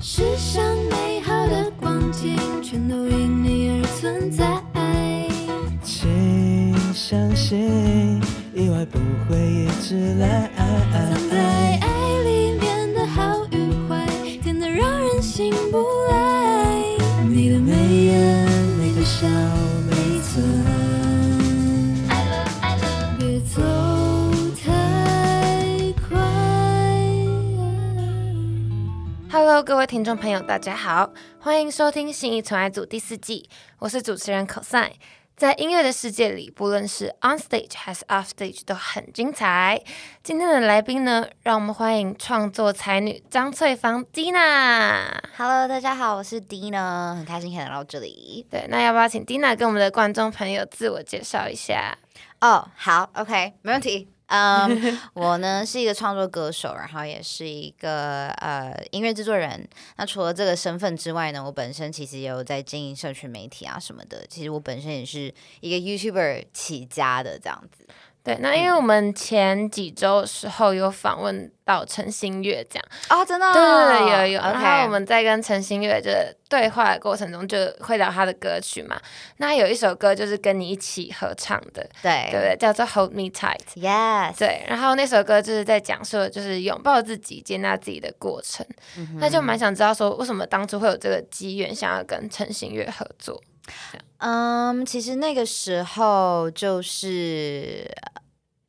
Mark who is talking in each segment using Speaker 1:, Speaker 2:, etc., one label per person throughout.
Speaker 1: 世上美好的光景，全都因你而存在。
Speaker 2: 请相信，意外不会一直来。
Speaker 1: 藏在爱里面的好与坏，甜得让人醒不来。你的眉眼，你的笑，每寸。爱了爱了，别走太快。啊
Speaker 3: Hello，各位听众朋友，大家好，欢迎收听《信义纯爱组》第四季，我是主持人 cosine。在音乐的世界里，不论是 on stage 还是 off stage 都很精彩。今天的来宾呢，让我们欢迎创作才女张翠芳 Dina。
Speaker 4: Hello，大家好，我是 D 呢，很开心可以来到这里。
Speaker 3: 对，那要不要请 Dina 跟我们的观众朋友自我介绍一下？
Speaker 4: 哦、好，OK，没问题。嗯、 我呢是一个创作歌手，然后也是一个呃音乐制作人。那除了这个身份之外呢，我本身其实也有在经营社群媒体啊什么的。其实我本身也是一个 YouTuber 起家的这样子。
Speaker 3: 对，那因为我们前几周的时候有访问到陈星月，这样。
Speaker 4: 哦，真的哦、啊
Speaker 3: 对对对，有有。
Speaker 4: OK，
Speaker 3: 然后我们在跟陈星月的对话的过程中，就会聊他的歌曲嘛。那有一首歌就是跟你一起合唱的，对不
Speaker 4: 对
Speaker 3: 对？叫做《Hold Me Tight》。
Speaker 4: ，Yes，
Speaker 3: 对，然后那首歌就是在讲述的就是拥抱自己、接纳自己的过程。那就蛮想知道说，为什么当初会有这个机缘，想要跟陈星月合作？
Speaker 4: 嗯，其实那个时候就是，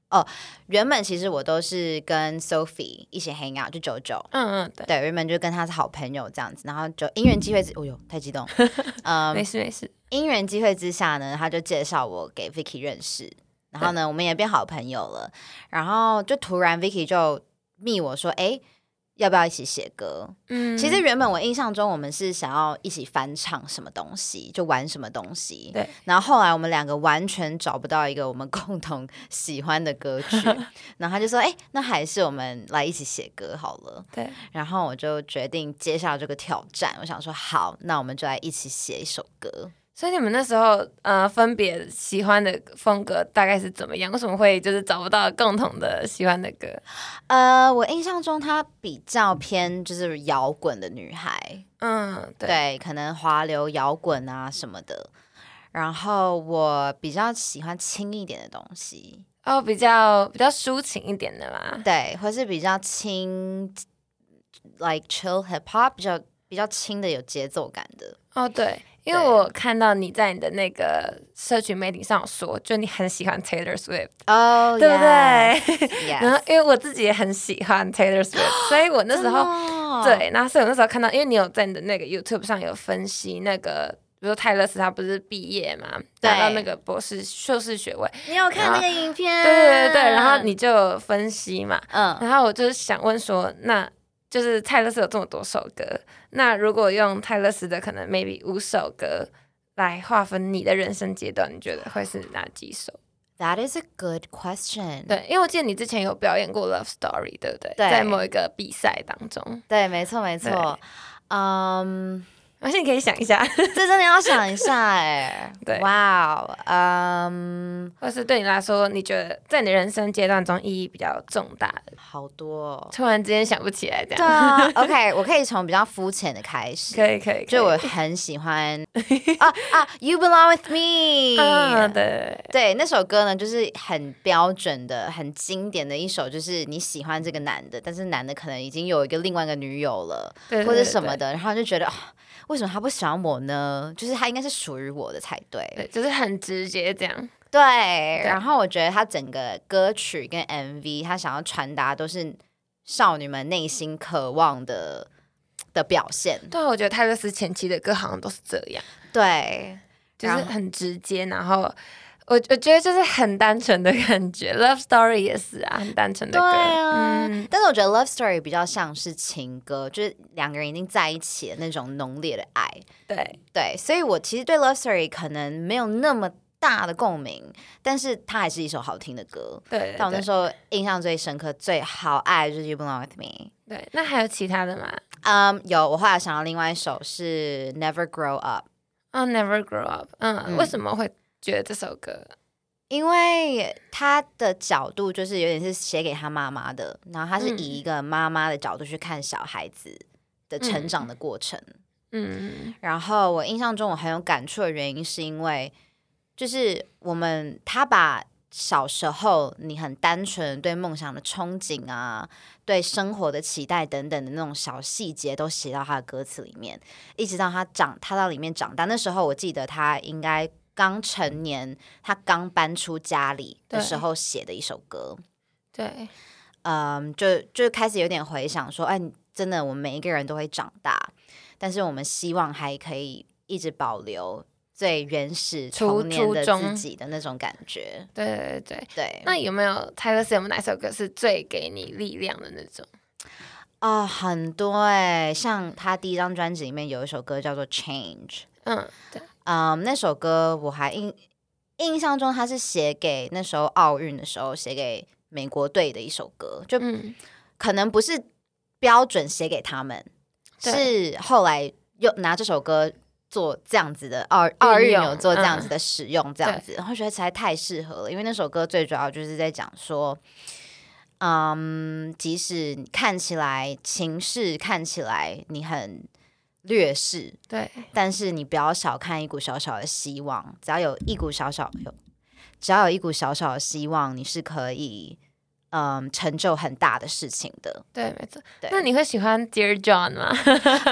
Speaker 4: 哦，原本其实我都是跟 Sophie 一起 hang out，就九九。
Speaker 3: 嗯嗯，对，
Speaker 4: 对，原本就跟他是好朋友这样子，然后就因缘机会之，哦呦，太激动，嗯
Speaker 3: 没，事没事。
Speaker 4: 因缘机会之下呢，他就介绍我给 Vicky 认识，然后呢，我们也变好朋友了，然后就突然 Vicky 就密我说，哎，要不要一起写歌？
Speaker 3: 嗯，
Speaker 4: 其实原本我印象中，我们是想要一起翻唱什么东西，就玩什么东西。
Speaker 3: 对。
Speaker 4: 然后后来我们两个完全找不到一个我们共同喜欢的歌曲，然后他就说：“哎、那还是我们来一起写歌好了。
Speaker 3: 对。”
Speaker 4: 然后我就决定接下这个挑战。我想说，好，那我们就来一起写一首歌。
Speaker 3: 所以你们那时候呃分别喜欢的风格大概是怎么样？为什么会就是找不到共同的喜欢的歌？
Speaker 4: 呃，我印象中她比较偏就是摇滚的女孩，
Speaker 3: 嗯，对，
Speaker 4: 对，可能滑流摇滚啊什么的。然后我比较喜欢轻一点的东西，
Speaker 3: 哦，比较比较抒情一点的嘛。
Speaker 4: 对，或是比较轻，like chill hip hop，比较比较轻的有节奏感的。
Speaker 3: 哦，对，因为
Speaker 4: 对
Speaker 3: 我看到你在你的那个社群媒体上有说，就你很喜欢 Taylor Swift，、
Speaker 4: 哦、
Speaker 3: 对不对
Speaker 4: y
Speaker 3: 然后因为我自己也很喜欢 Taylor Swift，所以我那时候
Speaker 4: 候，
Speaker 3: 对，然后所以我那时候看到，因为你有在你的那个 YouTube 上有分析那个。比如说泰勒斯他不是毕业嘛，
Speaker 4: 对
Speaker 3: 拿到那个博士硕士学位，
Speaker 4: 你有看那个影片？
Speaker 3: 对对对对，然后你就有分析嘛，
Speaker 4: 嗯，
Speaker 3: 然后我就是想问说，那就是泰勒斯有这么多首歌，那如果用泰勒斯的可能 maybe 五首歌来划分你的人生阶段，你觉得会是哪几首？
Speaker 4: 嗯 That is a good question。
Speaker 3: 对，因为我记得你之前有表演过 Love Story，对不对？
Speaker 4: 对
Speaker 3: 在某一个比赛当中，
Speaker 4: 对，没错没
Speaker 3: 对
Speaker 4: 错。嗯
Speaker 3: 而且你可以想一下，
Speaker 4: 这真的要想一下哎、
Speaker 3: 对
Speaker 4: 哇哦，嗯，
Speaker 3: 或是对你来说，你觉得在你的人生阶段中意义比较重大的，
Speaker 4: 好多、 哦。
Speaker 3: 突然之间想不起来这
Speaker 4: 对
Speaker 3: 样。
Speaker 4: 啊，OK，我可以从比较肤浅的开始。
Speaker 3: 可以可以，
Speaker 4: 就
Speaker 3: 可
Speaker 4: 我
Speaker 3: 以嗯
Speaker 4: 很 喜欢啊啊，You Belong with Me，、
Speaker 3: 嗯，对对对
Speaker 4: 对那首歌呢，就是很标准的、很经典的一首，就是你喜欢这个男的，但是男的可能已经有一个另外一个女友了，
Speaker 3: 对，对
Speaker 4: 或者什么，的，然后就觉得、哦为什么他不喜欢我呢？就是他应该是属于我的才对。
Speaker 3: 对对，就是很直接这样。
Speaker 4: 对，然后我觉得他整个歌曲跟 MV，他想要传达都是少女们内心渴望的的表现。
Speaker 3: 对啊，我觉得泰勒斯前期的歌好像都是这样，
Speaker 4: 对，
Speaker 3: 就是
Speaker 4: 然后
Speaker 3: 很直接，然后我我觉得就是很单纯的感觉，《Love Story》也是啊，很单纯的
Speaker 4: 对
Speaker 3: 歌，
Speaker 4: 啊，
Speaker 3: 嗯，
Speaker 4: 但是我觉得 love story 比较像是情歌，就是两个人已经在一起的那种浓烈的爱。
Speaker 3: 对，
Speaker 4: 对，所以我其实对 love story 可能没有那么大的共鸣，但是它还是一首好听的歌。
Speaker 3: 对，
Speaker 4: 但我那
Speaker 3: 对
Speaker 4: 时候印象最深刻、最好爱的就是 You Belong with Me。
Speaker 3: 对，那还有其他的吗？
Speaker 4: 嗯、有我后来想到另外一首是 Never Grow Up，
Speaker 3: 哦，《Never Grow Up》，嗯，
Speaker 4: 嗯
Speaker 3: 为什么会觉得这首歌？
Speaker 4: 因为他的角度
Speaker 3: 嗯
Speaker 4: 就是有点是写给他妈妈的，然后他是以一个妈妈的角度去看小孩子的成长的过程。
Speaker 3: 嗯
Speaker 4: 然后我印象中我很有感触的原因，是因为就是我们他把小时候你很单纯对梦想的憧憬啊，对生活的期待等等的那种小细节都写到他的歌词里面，一直到他长他到里面长大。那时候我记得他应该刚成年，他刚搬出家里的
Speaker 3: 对
Speaker 4: 时候写的一首歌。
Speaker 3: 对，
Speaker 4: 嗯，就就开始有点回想说，哎，你真的，我们每一个人都会长大，但是我们希望还可以一直保留最原始
Speaker 3: 初
Speaker 4: 童年的
Speaker 3: 初衷
Speaker 4: 自己的那种感觉。
Speaker 3: 对对对。
Speaker 4: 对，
Speaker 3: 那有没有 Taylor Swift 有没有哪首歌是最给你力量的那种？
Speaker 4: 啊、很多哎、像他第一张专辑里面有一首歌叫做《Change》，
Speaker 3: 嗯，对，
Speaker 4: 嗯，那首歌我还印印象中他是写给那时候奥运的时候写给美国队的一首歌，就
Speaker 3: 嗯，
Speaker 4: 可能不是标准写给他们，
Speaker 3: 对
Speaker 4: 是后来又拿这首歌做这样子的二二
Speaker 3: 运
Speaker 4: 运
Speaker 3: 用嗯
Speaker 4: 有做这样子的使用，这样
Speaker 3: 对
Speaker 4: 子，然后觉得实在太适合了，因为那首歌最主要就是在讲说。嗯，即使你看起来情势看起来你很劣势，
Speaker 3: 对，
Speaker 4: 但是你不要小看一股小小的希望，只要有一股小小有，只要有一股小小的希望，你是可以嗯成就很大的事情的。
Speaker 3: 对，没错。
Speaker 4: 对
Speaker 3: 那你会喜欢 Dear John 吗？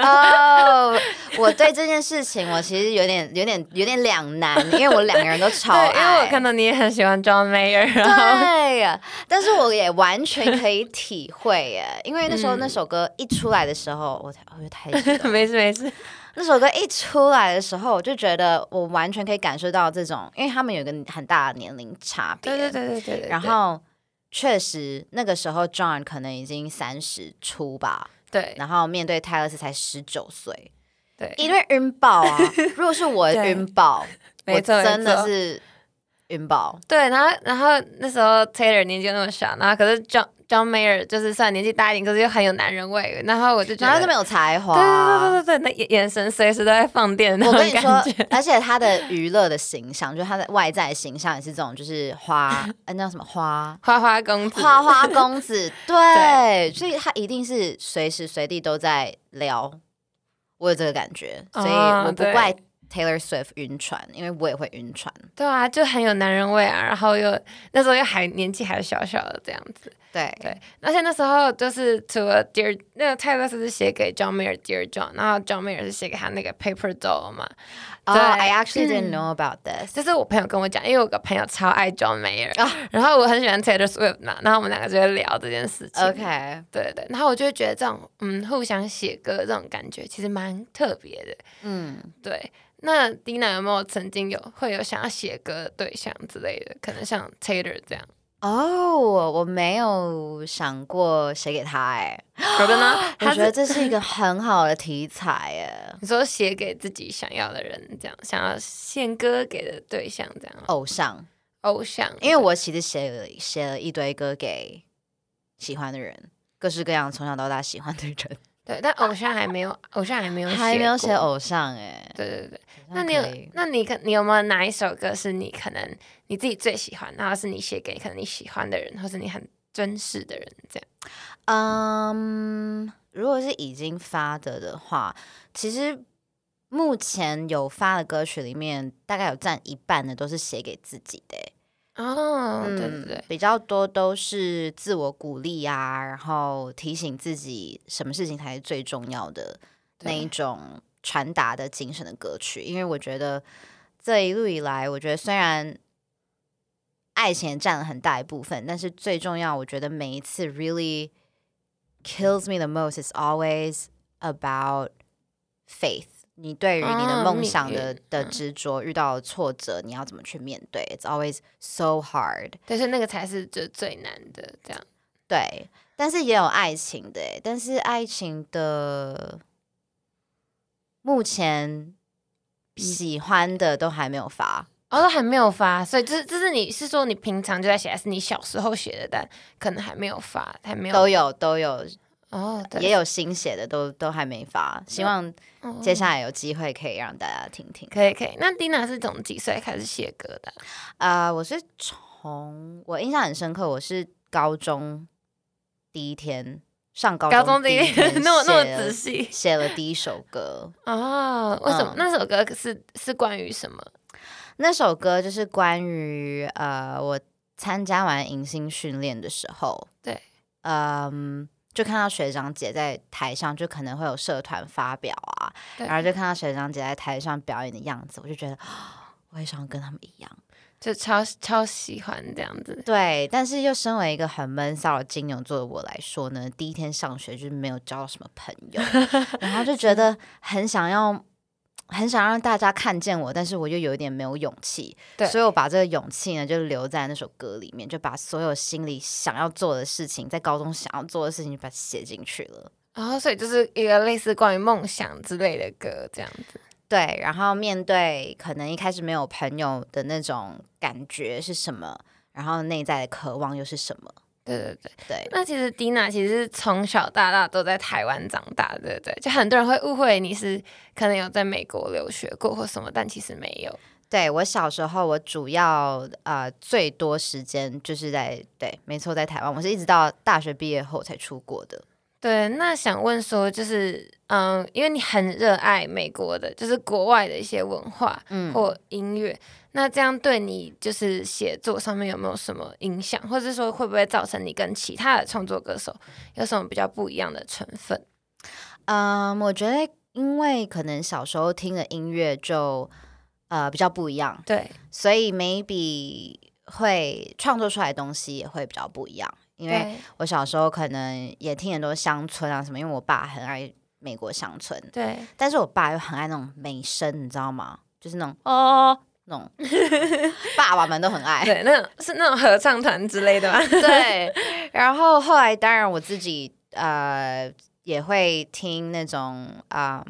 Speaker 4: 哦我对这件事情我其实有点有点有点两难，因为我两个人都超 爱，
Speaker 3: 对，因为我看到你也很喜欢 John Mayer，然啊后
Speaker 4: 对，但是我也完全可以体会耶，因为那时候那首歌一出来的时候，我才我就太激动 了
Speaker 3: 没事没事，
Speaker 4: 那首歌一出来的时候，我就觉得我完全可以感受到这种，因为他们有一个很大的年龄差别。
Speaker 3: 对对对对对对。
Speaker 4: 然后确实那个时候 John 可能已经三十出吧，
Speaker 3: 对
Speaker 4: 然后面对泰勒斯才十九岁，
Speaker 3: 对，
Speaker 4: 一定会晕爆 啊！如果是我
Speaker 3: 对
Speaker 4: 晕爆，
Speaker 3: 没
Speaker 4: 我
Speaker 3: 错
Speaker 4: 真
Speaker 3: 没
Speaker 4: 的
Speaker 3: 错
Speaker 4: 是晕爆。
Speaker 3: 对，然后然后那时候 Taylor 年纪又那么小，然后可是 John John Mayer 就是虽然年纪大一点，可是又很有男人味，然后我就觉
Speaker 4: 然后
Speaker 3: 得
Speaker 4: 那么有才华，
Speaker 3: 对对对对对，那眼眼神随时都在放电的
Speaker 4: 我
Speaker 3: 那
Speaker 4: 跟你
Speaker 3: 种
Speaker 4: 说
Speaker 3: 感觉。，
Speaker 4: 而且他的娱乐的形象，就是他的外在形象也是这种，就是 花，呃，那叫什么花
Speaker 3: 花花公子，
Speaker 4: 花花 公子，对，所以他一定是随时随地都在撩，我有这个感觉，
Speaker 3: 啊
Speaker 4: 所以我不
Speaker 3: 对
Speaker 4: 怪 Taylor Swift 晕船，因为我也会晕船。
Speaker 3: 对啊，就很有男人味啊。然后又那时候又还年纪还小小的这样子，
Speaker 4: 对
Speaker 3: 对。而且那时候就是除了 Dear 那个泰勒斯是写给 John Mayer Dear John，然后 John Mayer 是写给他那个 Paper Doll 嘛，
Speaker 4: 哦、
Speaker 3: 对
Speaker 4: i actually didn't know about this、
Speaker 3: 就是我朋友跟我讲，因为我有个朋友超爱 John Mayer，、
Speaker 4: 啊
Speaker 3: 然后我很喜欢 Taylor Swift 嘛，然后我们两个就会聊这件事情。
Speaker 4: OK，
Speaker 3: 对对对，然后我就会觉得这种嗯互相写歌这种感觉其实蛮特别的。
Speaker 4: 嗯，
Speaker 3: 对，那 Dina 有没有曾经有会有想要写歌的对象之类的？可能像 Taylor 这样，
Speaker 4: 哦、我我没有想过写给他哎、
Speaker 3: 觉得呢？
Speaker 4: 我
Speaker 3: 他
Speaker 4: 觉得
Speaker 3: 是
Speaker 4: 这是一 个很好的题材哎、
Speaker 3: 你说写给自己想要的人，这样想要献歌给的对象，这样
Speaker 4: 偶像，
Speaker 3: 偶像，
Speaker 4: 因为我其实写了写了一堆歌给喜欢的人，各式各样从小到大喜欢的人。
Speaker 3: 对，但偶像还没有，偶像还没有
Speaker 4: 还没有写
Speaker 3: 过。
Speaker 4: 偶像哎、
Speaker 3: 对对对，
Speaker 4: 好
Speaker 3: 那
Speaker 4: 像
Speaker 3: 你有
Speaker 4: 可以，
Speaker 3: 那你可你有没有哪一首歌是你可能你自己最喜欢，然后是你写给可能你喜欢的人，或是你很珍视的人这样？
Speaker 4: 嗯，如果是已经发的的话，其实目前有发的歌曲里面，大概有占一半的都是写给自己的、欸。
Speaker 3: 哦，对对对
Speaker 4: 嗯比较多都是自我鼓励啊，然后提醒自己什么事情才是最重要的那一种传达的精神的歌曲。因为我觉得这一路以来，我觉得虽然爱情也占了很大一部分，但是最重要，我觉得每一次 really kills me the most is always about faith。你对于你的
Speaker 3: 啊
Speaker 4: 梦
Speaker 3: 命
Speaker 4: 想的、
Speaker 3: 运
Speaker 4: 的
Speaker 3: 嗯
Speaker 4: 执着，遇到了挫折，你要怎么去面对？It's always so hard。
Speaker 3: 但是那个才是就最难的这样。
Speaker 4: 对，但是也有爱情的欸，但是爱情的目
Speaker 3: 嗯
Speaker 4: 前喜欢的都还没有发。
Speaker 3: 哦，都还没有发，所以这这是你是说你平常就在写，还是你小时候写的，但可能还没有发，还没有
Speaker 4: 都有都有，
Speaker 3: 哦，对，
Speaker 4: 也有新写的都都还没发，希望
Speaker 3: 哦
Speaker 4: 接下来有机会可以让大家听听。
Speaker 3: 可以可以。那 Dina 是从几岁开始写歌的？
Speaker 4: 啊、我是从我印象很深刻，我是高中第一天上高
Speaker 3: 高中
Speaker 4: 第
Speaker 3: 第
Speaker 4: 一
Speaker 3: 一
Speaker 4: 天
Speaker 3: 天 那么那么
Speaker 4: 写了
Speaker 3: 仔细
Speaker 4: 写了第一首歌。
Speaker 3: 哦，为什么、
Speaker 4: 嗯
Speaker 3: 那首歌是是关于什么？
Speaker 4: 那首歌就是关于呃，我参加完迎新训练的时候，
Speaker 3: 对，
Speaker 4: 嗯。就看到学长姐在台上，就可能会有社团发表啊，
Speaker 3: 对
Speaker 4: 然后就看到学长姐在台上表演的样子，我就觉得啊我也想跟他们一样。
Speaker 3: 就超超喜欢这样子。
Speaker 4: 对，但是又身为一个很闷骚的金牛座的我来说呢，第一天上学就是没有交到什么朋 友，然后就觉得很想要。很想让大家看见我，但是我又有一点没有勇气，
Speaker 3: 对
Speaker 4: 所以我把这个勇气呢就留在那首歌里面，就把所有心里想要做的事情，在高中想要做的事情，就把它写进去了。
Speaker 3: 然后、所以就是一个类似关于梦想之类的歌这样子。
Speaker 4: 对，然后面对可能一开始没有朋友的那种感觉是什么，然后内在的渴望又是什么？
Speaker 3: 对对对，
Speaker 4: 对，
Speaker 3: 那其实迪娜其实是从小到大都在台湾长大，对不对？就很多人会误会你是可能有在美国留学过或什么，但其实没有。
Speaker 4: 对我小时候，我主要呃最多时间就是在对，没错，在台湾。我是一直到大学毕业后才出国的。
Speaker 3: 对，那想问说，就是嗯，因为你很热爱美国的，就是国外的一些文化
Speaker 4: 嗯
Speaker 3: 或音乐，那这样对你就是写作上面有没有什么影响，或者说会不会造成你跟其他的创作歌手有什么比较不一样的成分？
Speaker 4: 嗯，我觉得因为可能小时候听的音乐就呃比较不一样，
Speaker 3: 对，
Speaker 4: 所以 maybe 会创作出来的东西也会比较不一样。因为
Speaker 3: 对
Speaker 4: 我小时候可能也听很多乡村啊什么，因为我爸很爱美国乡村，
Speaker 3: 对，
Speaker 4: 但是我爸又很爱那种美声，你知道吗？就是那种哦那种，爸爸们都很爱。
Speaker 3: 对，那种是那种合唱团之类的吧？
Speaker 4: 对，然后后来当然我自己呃也会听那种嗯，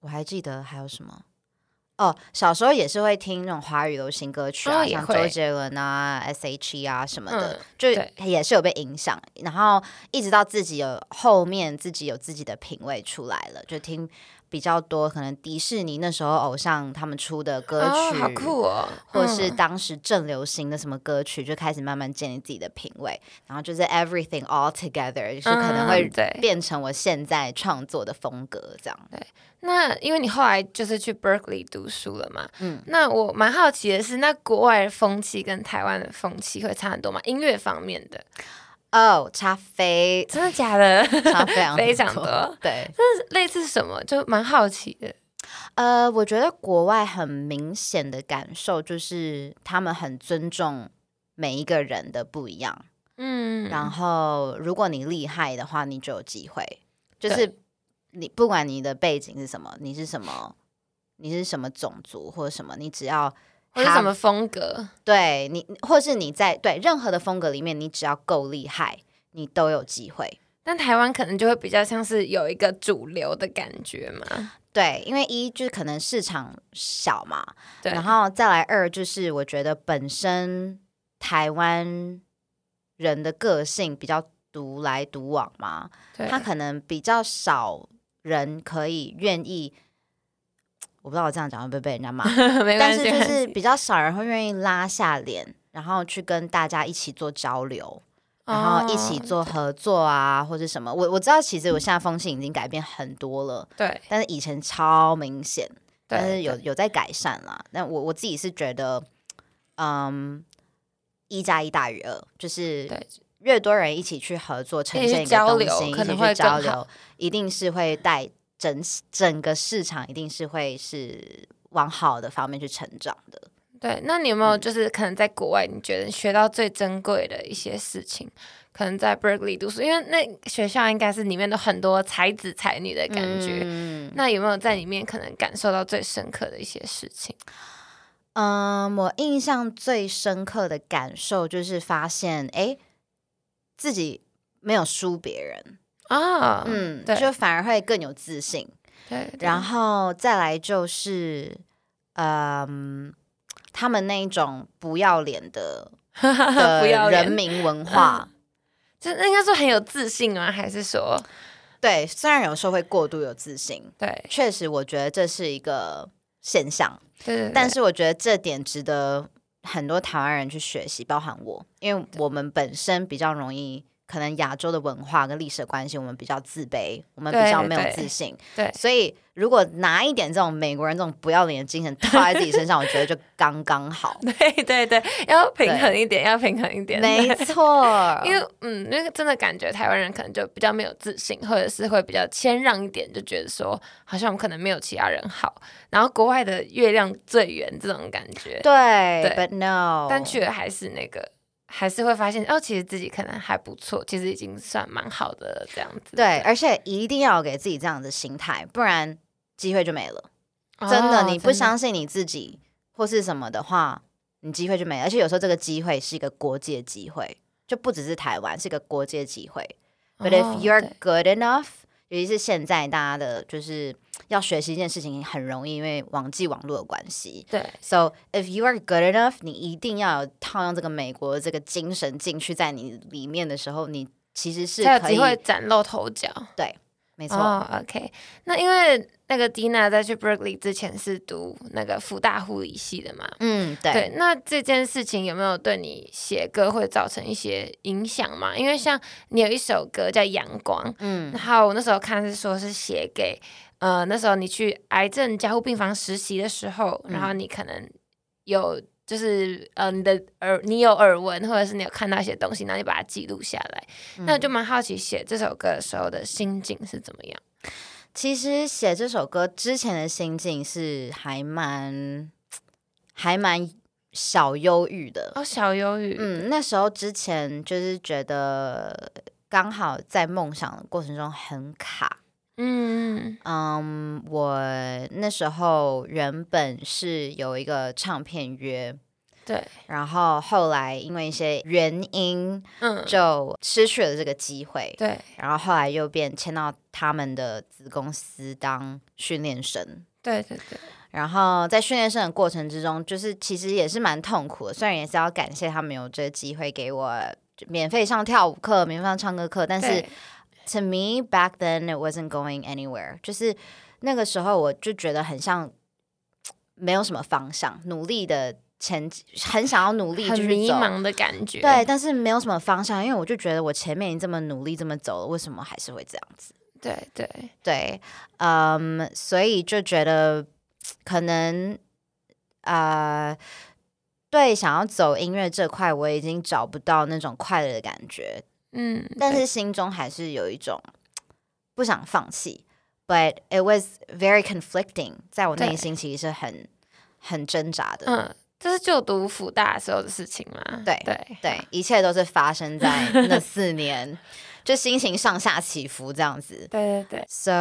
Speaker 4: 我还记得还有什么哦，小时候也是会听那种华语流行歌曲啊，
Speaker 3: 哦也
Speaker 4: 像
Speaker 3: 会
Speaker 4: 周杰伦啊、S.H.E 啊什么的，
Speaker 3: 嗯
Speaker 4: 就
Speaker 3: 对
Speaker 4: 也是有被影响。然后一直到自己有后面自己有自己的品味出来了，就听。比较多可能迪士尼那时候偶像他们出的 歌
Speaker 3: 哦
Speaker 4: 曲，
Speaker 3: 好酷哦，
Speaker 4: 或是
Speaker 3: 嗯
Speaker 4: 当时正流行的什么歌曲，就开始慢慢建立自己的品味，然后就是 everything all together，就是可能会
Speaker 3: 嗯对
Speaker 4: 变成我现在创作的风格这样。
Speaker 3: 那因为你后来就是去 Berkeley 读书了嘛，
Speaker 4: 嗯，
Speaker 3: 那我蛮好奇的是，那国外的风气跟台湾的风气会差很多吗？音乐方面的，
Speaker 4: 哦，差非
Speaker 3: 真的假的？
Speaker 4: 差非 常
Speaker 3: 非常 多，
Speaker 4: 对，
Speaker 3: 类似什么？就蛮好奇的。
Speaker 4: 呃，我觉得国外很明显的感受就是他们很尊重每一个人的不一样。
Speaker 3: 嗯，
Speaker 4: 然后如果你厉害的话，你就有机会。就
Speaker 3: 对
Speaker 4: 是你不管你的背景是什么，你是什么，你是什么种族或者什么，你只要
Speaker 3: 或者什
Speaker 4: have-
Speaker 3: 么风格？
Speaker 4: 对你，或是你在对任何的风格里面，你只要够厉害，你都有机会。
Speaker 3: 但台湾可能就会比较像是有一个主流的感觉嘛。
Speaker 4: 对，因为一就是可能市场小嘛，
Speaker 3: 对，
Speaker 4: 然后再来二就是我觉得本身台湾人的个性比较独来独往嘛，
Speaker 3: 对，
Speaker 4: 他可能比较少人可以愿意，我不知道我这样讲会不会被人家骂
Speaker 3: 没关
Speaker 4: 但是
Speaker 3: 系，
Speaker 4: 就是比较少人会愿意拉下脸，然后去跟大家一起做交流，然后一起
Speaker 3: 哦
Speaker 4: 做合作啊，或者什么。我我知道，其实我现在风气已经改变很多了，
Speaker 3: 对
Speaker 4: 但是以前超明显，
Speaker 3: 对，
Speaker 4: 但是有
Speaker 3: 对
Speaker 4: 有在改善啦。但我我自己是觉得，嗯，一加一大于二，就是
Speaker 3: 对
Speaker 4: 越多人一起去合作，呈
Speaker 3: 一起
Speaker 4: 现一个
Speaker 3: 交
Speaker 4: 东
Speaker 3: 流
Speaker 4: 西，一
Speaker 3: 可能
Speaker 4: 起去
Speaker 3: 会
Speaker 4: 交
Speaker 3: 更好
Speaker 4: 流，一定是会带整整个市场，一定是会是往好的方面去成长的。
Speaker 3: 对，那你有没有
Speaker 4: 嗯
Speaker 3: 就是可能在国外，你觉得你学到最珍贵的一些事情？可能在 Berkeley 读书，因为那学校应该是里面的很多才子才女的感觉。
Speaker 4: 嗯
Speaker 3: 那有没有在里面可能感受到最深刻的一些事情？
Speaker 4: 嗯，我印象最深刻的感受就是发现，哎，自己没有输别人，
Speaker 3: 啊、
Speaker 4: 嗯，
Speaker 3: 对
Speaker 4: 就反而会更有自信。
Speaker 3: 对，对
Speaker 4: 然后再来就是，嗯，他们那一种不要脸的
Speaker 3: 不要
Speaker 4: 的
Speaker 3: 脸
Speaker 4: 人民 文化，
Speaker 3: 就是应该说很有自信吗？还是说
Speaker 4: 对，虽然有时候会过度有自信，
Speaker 3: 对
Speaker 4: 确实我觉得这是一个现象，
Speaker 3: 对对对？
Speaker 4: 但是我觉得这点值得很多台湾人去学习，包含我，因为我们本身比较容易可能亚洲的文化跟历史的关系，我们比较自卑，我们
Speaker 3: 对
Speaker 4: 比较没有
Speaker 3: 对
Speaker 4: 自信。
Speaker 3: 对。
Speaker 4: 所以如果拿一点这种美国人这种不要脸的精神套在自己身上，我觉得就刚刚好
Speaker 3: 对对对，要平衡一点，要平衡一点。
Speaker 4: 没
Speaker 3: 对
Speaker 4: 错，
Speaker 3: 因为嗯，那个真的感觉台湾人可能就比较没有自信，或者是会比较谦让一点，就觉得说好像我们可能没有其他人好。然后国外的月亮最圆这种感觉，
Speaker 4: 对
Speaker 3: 对
Speaker 4: ，but no，
Speaker 3: 但去了还是那个，还是会发现哦，其实自己可能还不错，其实已经算蛮好的了这样子。
Speaker 4: 对，而且一定要有给自己这样的心态，不然机会就没了。
Speaker 3: 哦，
Speaker 4: 真的，你不相信你自己或是什么的话，你机会就没了。而且有时候这个机会是一个国际的机会，就不只是台湾，是一个国际的机会。But
Speaker 3: 哦
Speaker 4: if you're
Speaker 3: 对
Speaker 4: good enough，尤其是现在大家的就是要学习一件事情很容易，因为网际网络的关系。
Speaker 3: 对
Speaker 4: So if you are good enough，你一定要套用这个美国的这个精神进去在你里面的时候，你其实是
Speaker 3: 才有
Speaker 4: 可
Speaker 3: 机会
Speaker 4: 以，
Speaker 3: 崭露头角。
Speaker 4: 没错。
Speaker 3: 哦，OK，那因为那个 Dina 在去 Berkeley 之前是读那个福大护理系的嘛。
Speaker 4: 嗯，对，
Speaker 3: 对，那这件事情有没有对你写歌会造成一些影响吗？因为像你有一首歌叫《阳光》，
Speaker 4: 嗯
Speaker 3: 然，后我那时候看是说是写给，呃，那时候你去癌症加护病房实习的时候，
Speaker 4: 嗯
Speaker 3: 然后你可能有就是呃你的耳你有耳闻或者是你有看到一些东西，然后你把它记录下来。
Speaker 4: 嗯
Speaker 3: 那我就蛮好奇写这首歌的时候的心境是怎么样。
Speaker 4: 其实写这首歌之前的心境是还蛮还蛮小忧郁的。
Speaker 3: 哦，小忧郁，
Speaker 4: 嗯，那时候之前就是觉得刚好在梦想的过程中很卡。
Speaker 3: 嗯，
Speaker 4: 嗯，我那时候原本是有一个唱片约，
Speaker 3: 嗯对，
Speaker 4: 然后后来因为一些原因
Speaker 3: 嗯，
Speaker 4: 就失去了这个机会，
Speaker 3: 对
Speaker 4: 然后后来又变签到他们的子公司当训练生。
Speaker 3: 对对对，
Speaker 4: 然后在训练生的过程之中，就是其实也是蛮痛苦的，虽然也是要感谢他们有这个机会给我就免费上跳舞课、免费上唱歌课，但是
Speaker 3: 对
Speaker 4: to me back then it wasn't going anywhere，就是那个时候我就觉得很像没有什么方向，努力的前很想要努力就
Speaker 3: 很
Speaker 4: 是
Speaker 3: 迷
Speaker 4: 走。
Speaker 3: 茫的感觉，
Speaker 4: 对，但是没有什么方向，因为我就觉得我前面已经这么努力这么走了，为什么还是会这样子？
Speaker 3: 对对，
Speaker 4: 对，嗯，所以就觉得可能呃，对，想要走音乐这块，我已经找不到那种快乐的感觉，
Speaker 3: 嗯，
Speaker 4: 但
Speaker 3: 对
Speaker 4: 是心中还是有一种不想放弃。But it was very conflicting，在我内
Speaker 3: 对
Speaker 4: 心其实是很很挣扎的。
Speaker 3: 嗯，这是就读福大的时候的事情吗？
Speaker 4: 对
Speaker 3: 对
Speaker 4: 对，一切都是发 生在那四年，就心情上下起伏这样子。
Speaker 3: 对对
Speaker 4: 呃
Speaker 3: 对，
Speaker 4: So，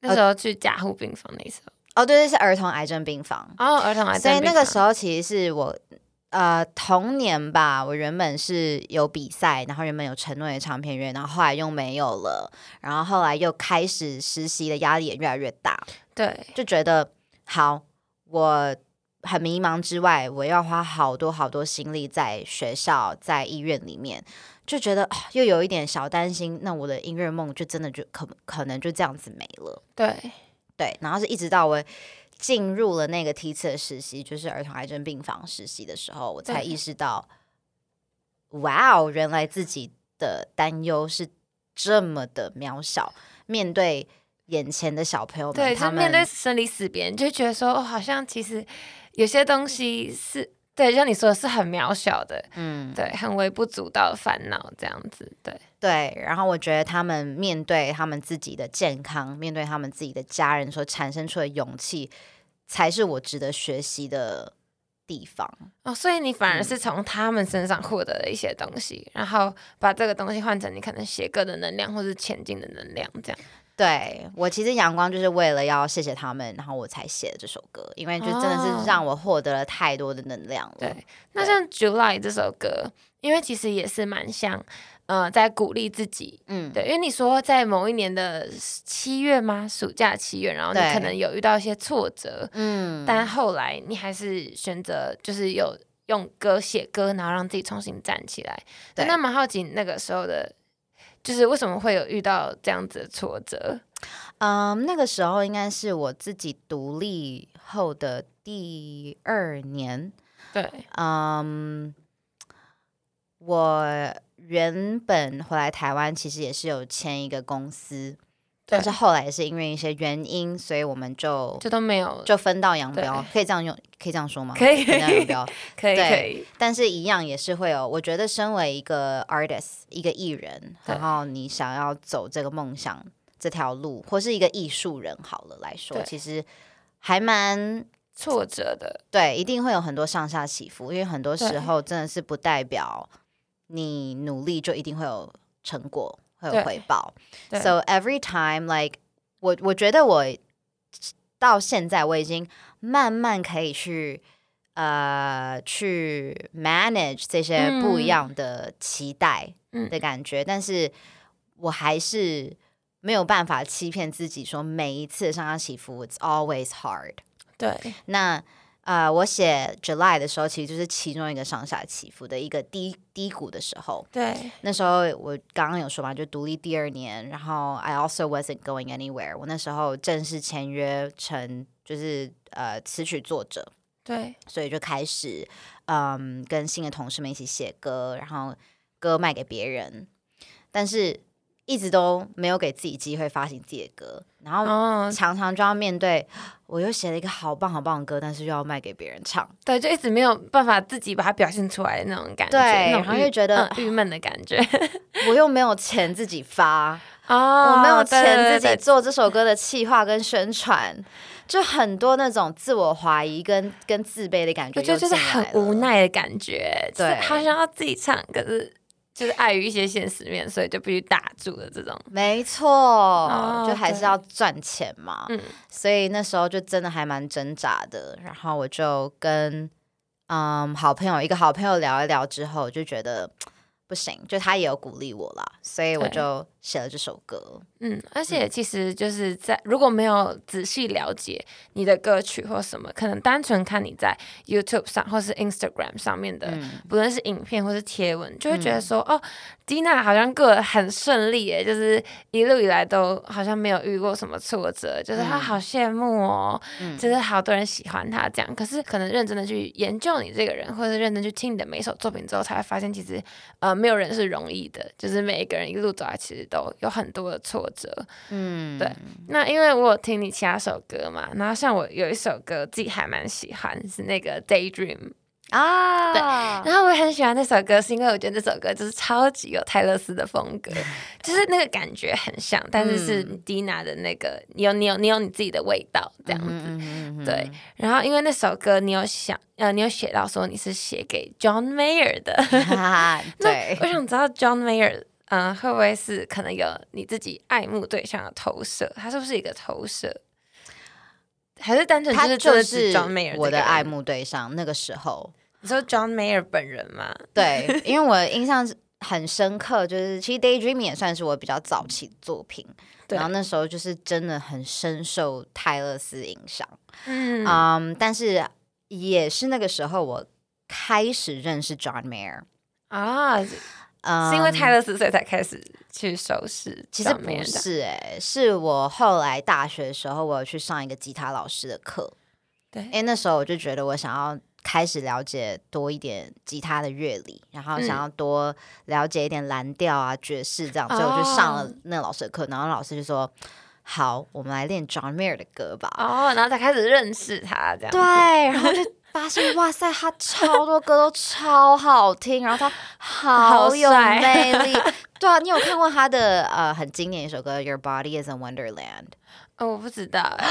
Speaker 3: 那时候去加护病房那时候，
Speaker 4: 哦，对，这是儿童癌症病房。
Speaker 3: 哦，儿童癌症
Speaker 4: 所以
Speaker 3: 病
Speaker 4: 那
Speaker 3: 房，
Speaker 4: 个时候其实是我呃童年吧，我原本是有比赛，然后原本有承诺的唱片约，然后后来又没有了，然后后来又开始实习的压力也越来越大，
Speaker 3: 对
Speaker 4: 就觉得好，我很迷茫之外，我要花好多好多心力在学校、在医院里面，就觉得、啊又有一点小担心，那我的音乐梦就真的就可可能就这样子没了。
Speaker 3: 对
Speaker 4: 对，然后是一直到我进入了那个梯次的实习，就是儿童癌症病房实习的时候，我才
Speaker 3: 对
Speaker 4: 意识到，哇哦，原来自己的担忧是这么的渺小，面对眼前的小朋友们，
Speaker 3: 对，
Speaker 4: 他
Speaker 3: 就
Speaker 4: 们
Speaker 3: 面对生离死别，你就觉得说，哦，好像其实有些东西是对，就像你说的是很渺小的，
Speaker 4: 嗯，
Speaker 3: 对，很微不足道的烦恼这样子，对
Speaker 4: 对，然后我觉得他们面对他们自己的健康，面对他们自己的家人所产生出的勇气，才是我值得学习的地方。
Speaker 3: 哦，所以你反而是从他们身上获得了一些东西，然后把这个东西换成你可能写歌的能量或是前进的能量这样，
Speaker 4: 对我其实阳光就是为了要谢谢他们，然后我才写这首歌，因为就真的
Speaker 3: 哦
Speaker 4: 是让我获得了太多的能量了。
Speaker 3: 对，哦那像《July》这首歌，因为其实也是蛮像，呃，在鼓励自己。
Speaker 4: 嗯，
Speaker 3: 对，因为你说在某一年的七月吗？暑假七月，然后你
Speaker 4: 对
Speaker 3: 可能有遇到一些挫折，
Speaker 4: 嗯，
Speaker 3: 但后来你还是选择就是有用歌写歌，然后让自己重新站起来。
Speaker 4: 对
Speaker 3: 那蛮好奇那个时候的，就是为什么会有遇到这样子的挫折？
Speaker 4: 嗯，那个时候应该是我自己独立后的第二年，
Speaker 3: 对，
Speaker 4: 嗯，我原本回来台湾，其实也是有签一个公司，
Speaker 3: 对
Speaker 4: 但是后来也是因为一些原因，所以我们就
Speaker 3: 这都没有，
Speaker 4: 就分道扬镳
Speaker 3: 对，
Speaker 4: 可以这样用，可以这样说吗？
Speaker 3: 可以
Speaker 4: 分道扬镳。
Speaker 3: 可以
Speaker 4: 对
Speaker 3: 可以，
Speaker 4: 但是一样也是会有，我觉得身为一个 artist，一个艺人，
Speaker 3: 对
Speaker 4: 然后你想要走这个梦想这条路，或是一个艺术人好了来说
Speaker 3: 对，
Speaker 4: 其实还蛮
Speaker 3: 挫折的，
Speaker 4: 对，一定会有很多上下起伏，因为很多时候真的是不代表你努力就一定会有成果，会
Speaker 3: 对
Speaker 4: 有回报。
Speaker 3: 对
Speaker 4: So every time, like 我我觉得我到现在我已经慢慢可以去呃去 manage 这些
Speaker 3: 嗯
Speaker 4: 不一样的期待
Speaker 3: 嗯
Speaker 4: 的感觉，但是我还是没有办法欺骗自己说每一次上下起伏，it's always hard。
Speaker 3: 对
Speaker 4: 那呃，我写 July 的时候，其实就是其中一个上下起伏的一个低低谷的时候。
Speaker 3: 对
Speaker 4: 那时候我刚刚有说嘛，就独立第二年，然后 I also wasn't going anywhere。我那时候正式签约成就是呃词曲作者，
Speaker 3: 对
Speaker 4: 所以就开始嗯跟新的同事们一起写歌，然后歌卖给别人，但是一直都没有给自己机会发行自己的歌，然后
Speaker 3: 哦，
Speaker 4: 常常就要面对，我又写了一个好棒好棒的歌，但是又要卖给别人唱。
Speaker 3: 对，就一直没有办法自己把它表现出来的那种感觉，
Speaker 4: 对
Speaker 3: 那种
Speaker 4: 然后
Speaker 3: 郁
Speaker 4: 又觉得
Speaker 3: 嗯郁闷的感觉，
Speaker 4: 我又没有钱自己发，
Speaker 3: 哦，
Speaker 4: 我没有
Speaker 3: 对
Speaker 4: 钱
Speaker 3: 对
Speaker 4: 自己
Speaker 3: 对
Speaker 4: 做这首歌的企划跟宣传，就很多那种自我怀疑跟跟自卑的感觉
Speaker 3: 我觉
Speaker 4: 又进
Speaker 3: 得
Speaker 4: 来了。
Speaker 3: 就是很无奈的感觉，就是
Speaker 4: 对
Speaker 3: 好想要自己唱，可是就是碍于一些现实面，所以就必须打住了这种。
Speaker 4: 没错，就还是
Speaker 3: 哦对
Speaker 4: 要赚钱嘛。
Speaker 3: 嗯
Speaker 4: 所以那时候就真的还蛮挣扎的。然后我就跟嗯好朋友一个好朋友聊一聊之后，就觉得不行，就他也有鼓励我啦，所以我
Speaker 3: 对
Speaker 4: 就写了这首歌。
Speaker 3: 嗯，而且其实就是在如果没有仔细了解你的歌曲或什么，可能单纯看你在 YouTube 上或是 Instagram 上面的，
Speaker 4: 嗯，
Speaker 3: 不论是影片或是贴文，就会觉得说、哦，Dina 好像过得很顺利耶，就是一路以来都好像没有遇过什么挫折，就是她
Speaker 4: 嗯
Speaker 3: 好羡慕哦，
Speaker 4: 嗯
Speaker 3: 就是好多人喜欢她这样。可是可能认真的去研究你这个人，或者是认真去听你的每一首作品之后，才会发现其实呃没有人是容易的，就是每一个人一路走来其实都有很多的挫折。
Speaker 4: 嗯，
Speaker 3: 对那因为我有听你其他首歌嘛，然后像我有一首歌自己还蛮喜欢，是那个 Daydream。
Speaker 4: 啊，
Speaker 3: 对 然后我也很喜欢那首歌，是因为我觉得那首歌就是超级有泰勒斯的风 格，就是那个感觉很像，但是是
Speaker 4: 嗯
Speaker 3: Dina 的那个，你有你有你有你自己的味道这样子。
Speaker 4: 嗯哼嗯哼
Speaker 3: 对，然后因为那首歌你有想呃，你有写到说你是写给 John Mayer 的，
Speaker 4: 哈哈，
Speaker 3: 那
Speaker 4: 对
Speaker 3: 我，想知道 John Mayer 嗯、呃会不会是可能有你自己爱慕对象的投射？他是不是一个投射？还是单纯就
Speaker 4: 他
Speaker 3: 是真
Speaker 4: 就
Speaker 3: 的指
Speaker 4: 是
Speaker 3: John Mayer
Speaker 4: 我
Speaker 3: 这个
Speaker 4: 的爱
Speaker 3: 人？
Speaker 4: 慕对象。那个时候，
Speaker 3: 你说 John Mayer 本人吗？
Speaker 4: 对，因为我印象很深刻，就是其实《Daydream》也算是我比较早期的作品，
Speaker 3: 对
Speaker 4: 然后那时候就是真的很深受泰勒斯影响，
Speaker 3: 嗯
Speaker 4: 嗯，但是也是那个时候我开始认识 John Mayer，
Speaker 3: 啊，
Speaker 4: 嗯，
Speaker 3: 是因为泰。勒斯所以才开始去收拾
Speaker 4: 其实
Speaker 3: 上
Speaker 4: 不
Speaker 3: 面的，
Speaker 4: 是诶、是我后来大学的时候，我有去上一个吉他老师的课，因
Speaker 3: 对
Speaker 4: 为那时候我就觉得我想要开始了解多一点吉他的乐理，然后
Speaker 3: 嗯
Speaker 4: 想要多了解一点蓝调啊、爵士这样，所以我就上了
Speaker 3: 哦
Speaker 4: 那老师的课，然后老师就说：“好，我们来练 John Mayer 的歌吧。
Speaker 3: 哦，然后才开始认识他这样子
Speaker 4: 对，啊然后就发现哇塞，他超多歌都超好听，然后他好有
Speaker 3: 帅
Speaker 4: 魅力。对啊，你有看过他的呃很经典一首歌《Your Body Is a Wonderland》？
Speaker 3: 哦，我不知道 哎，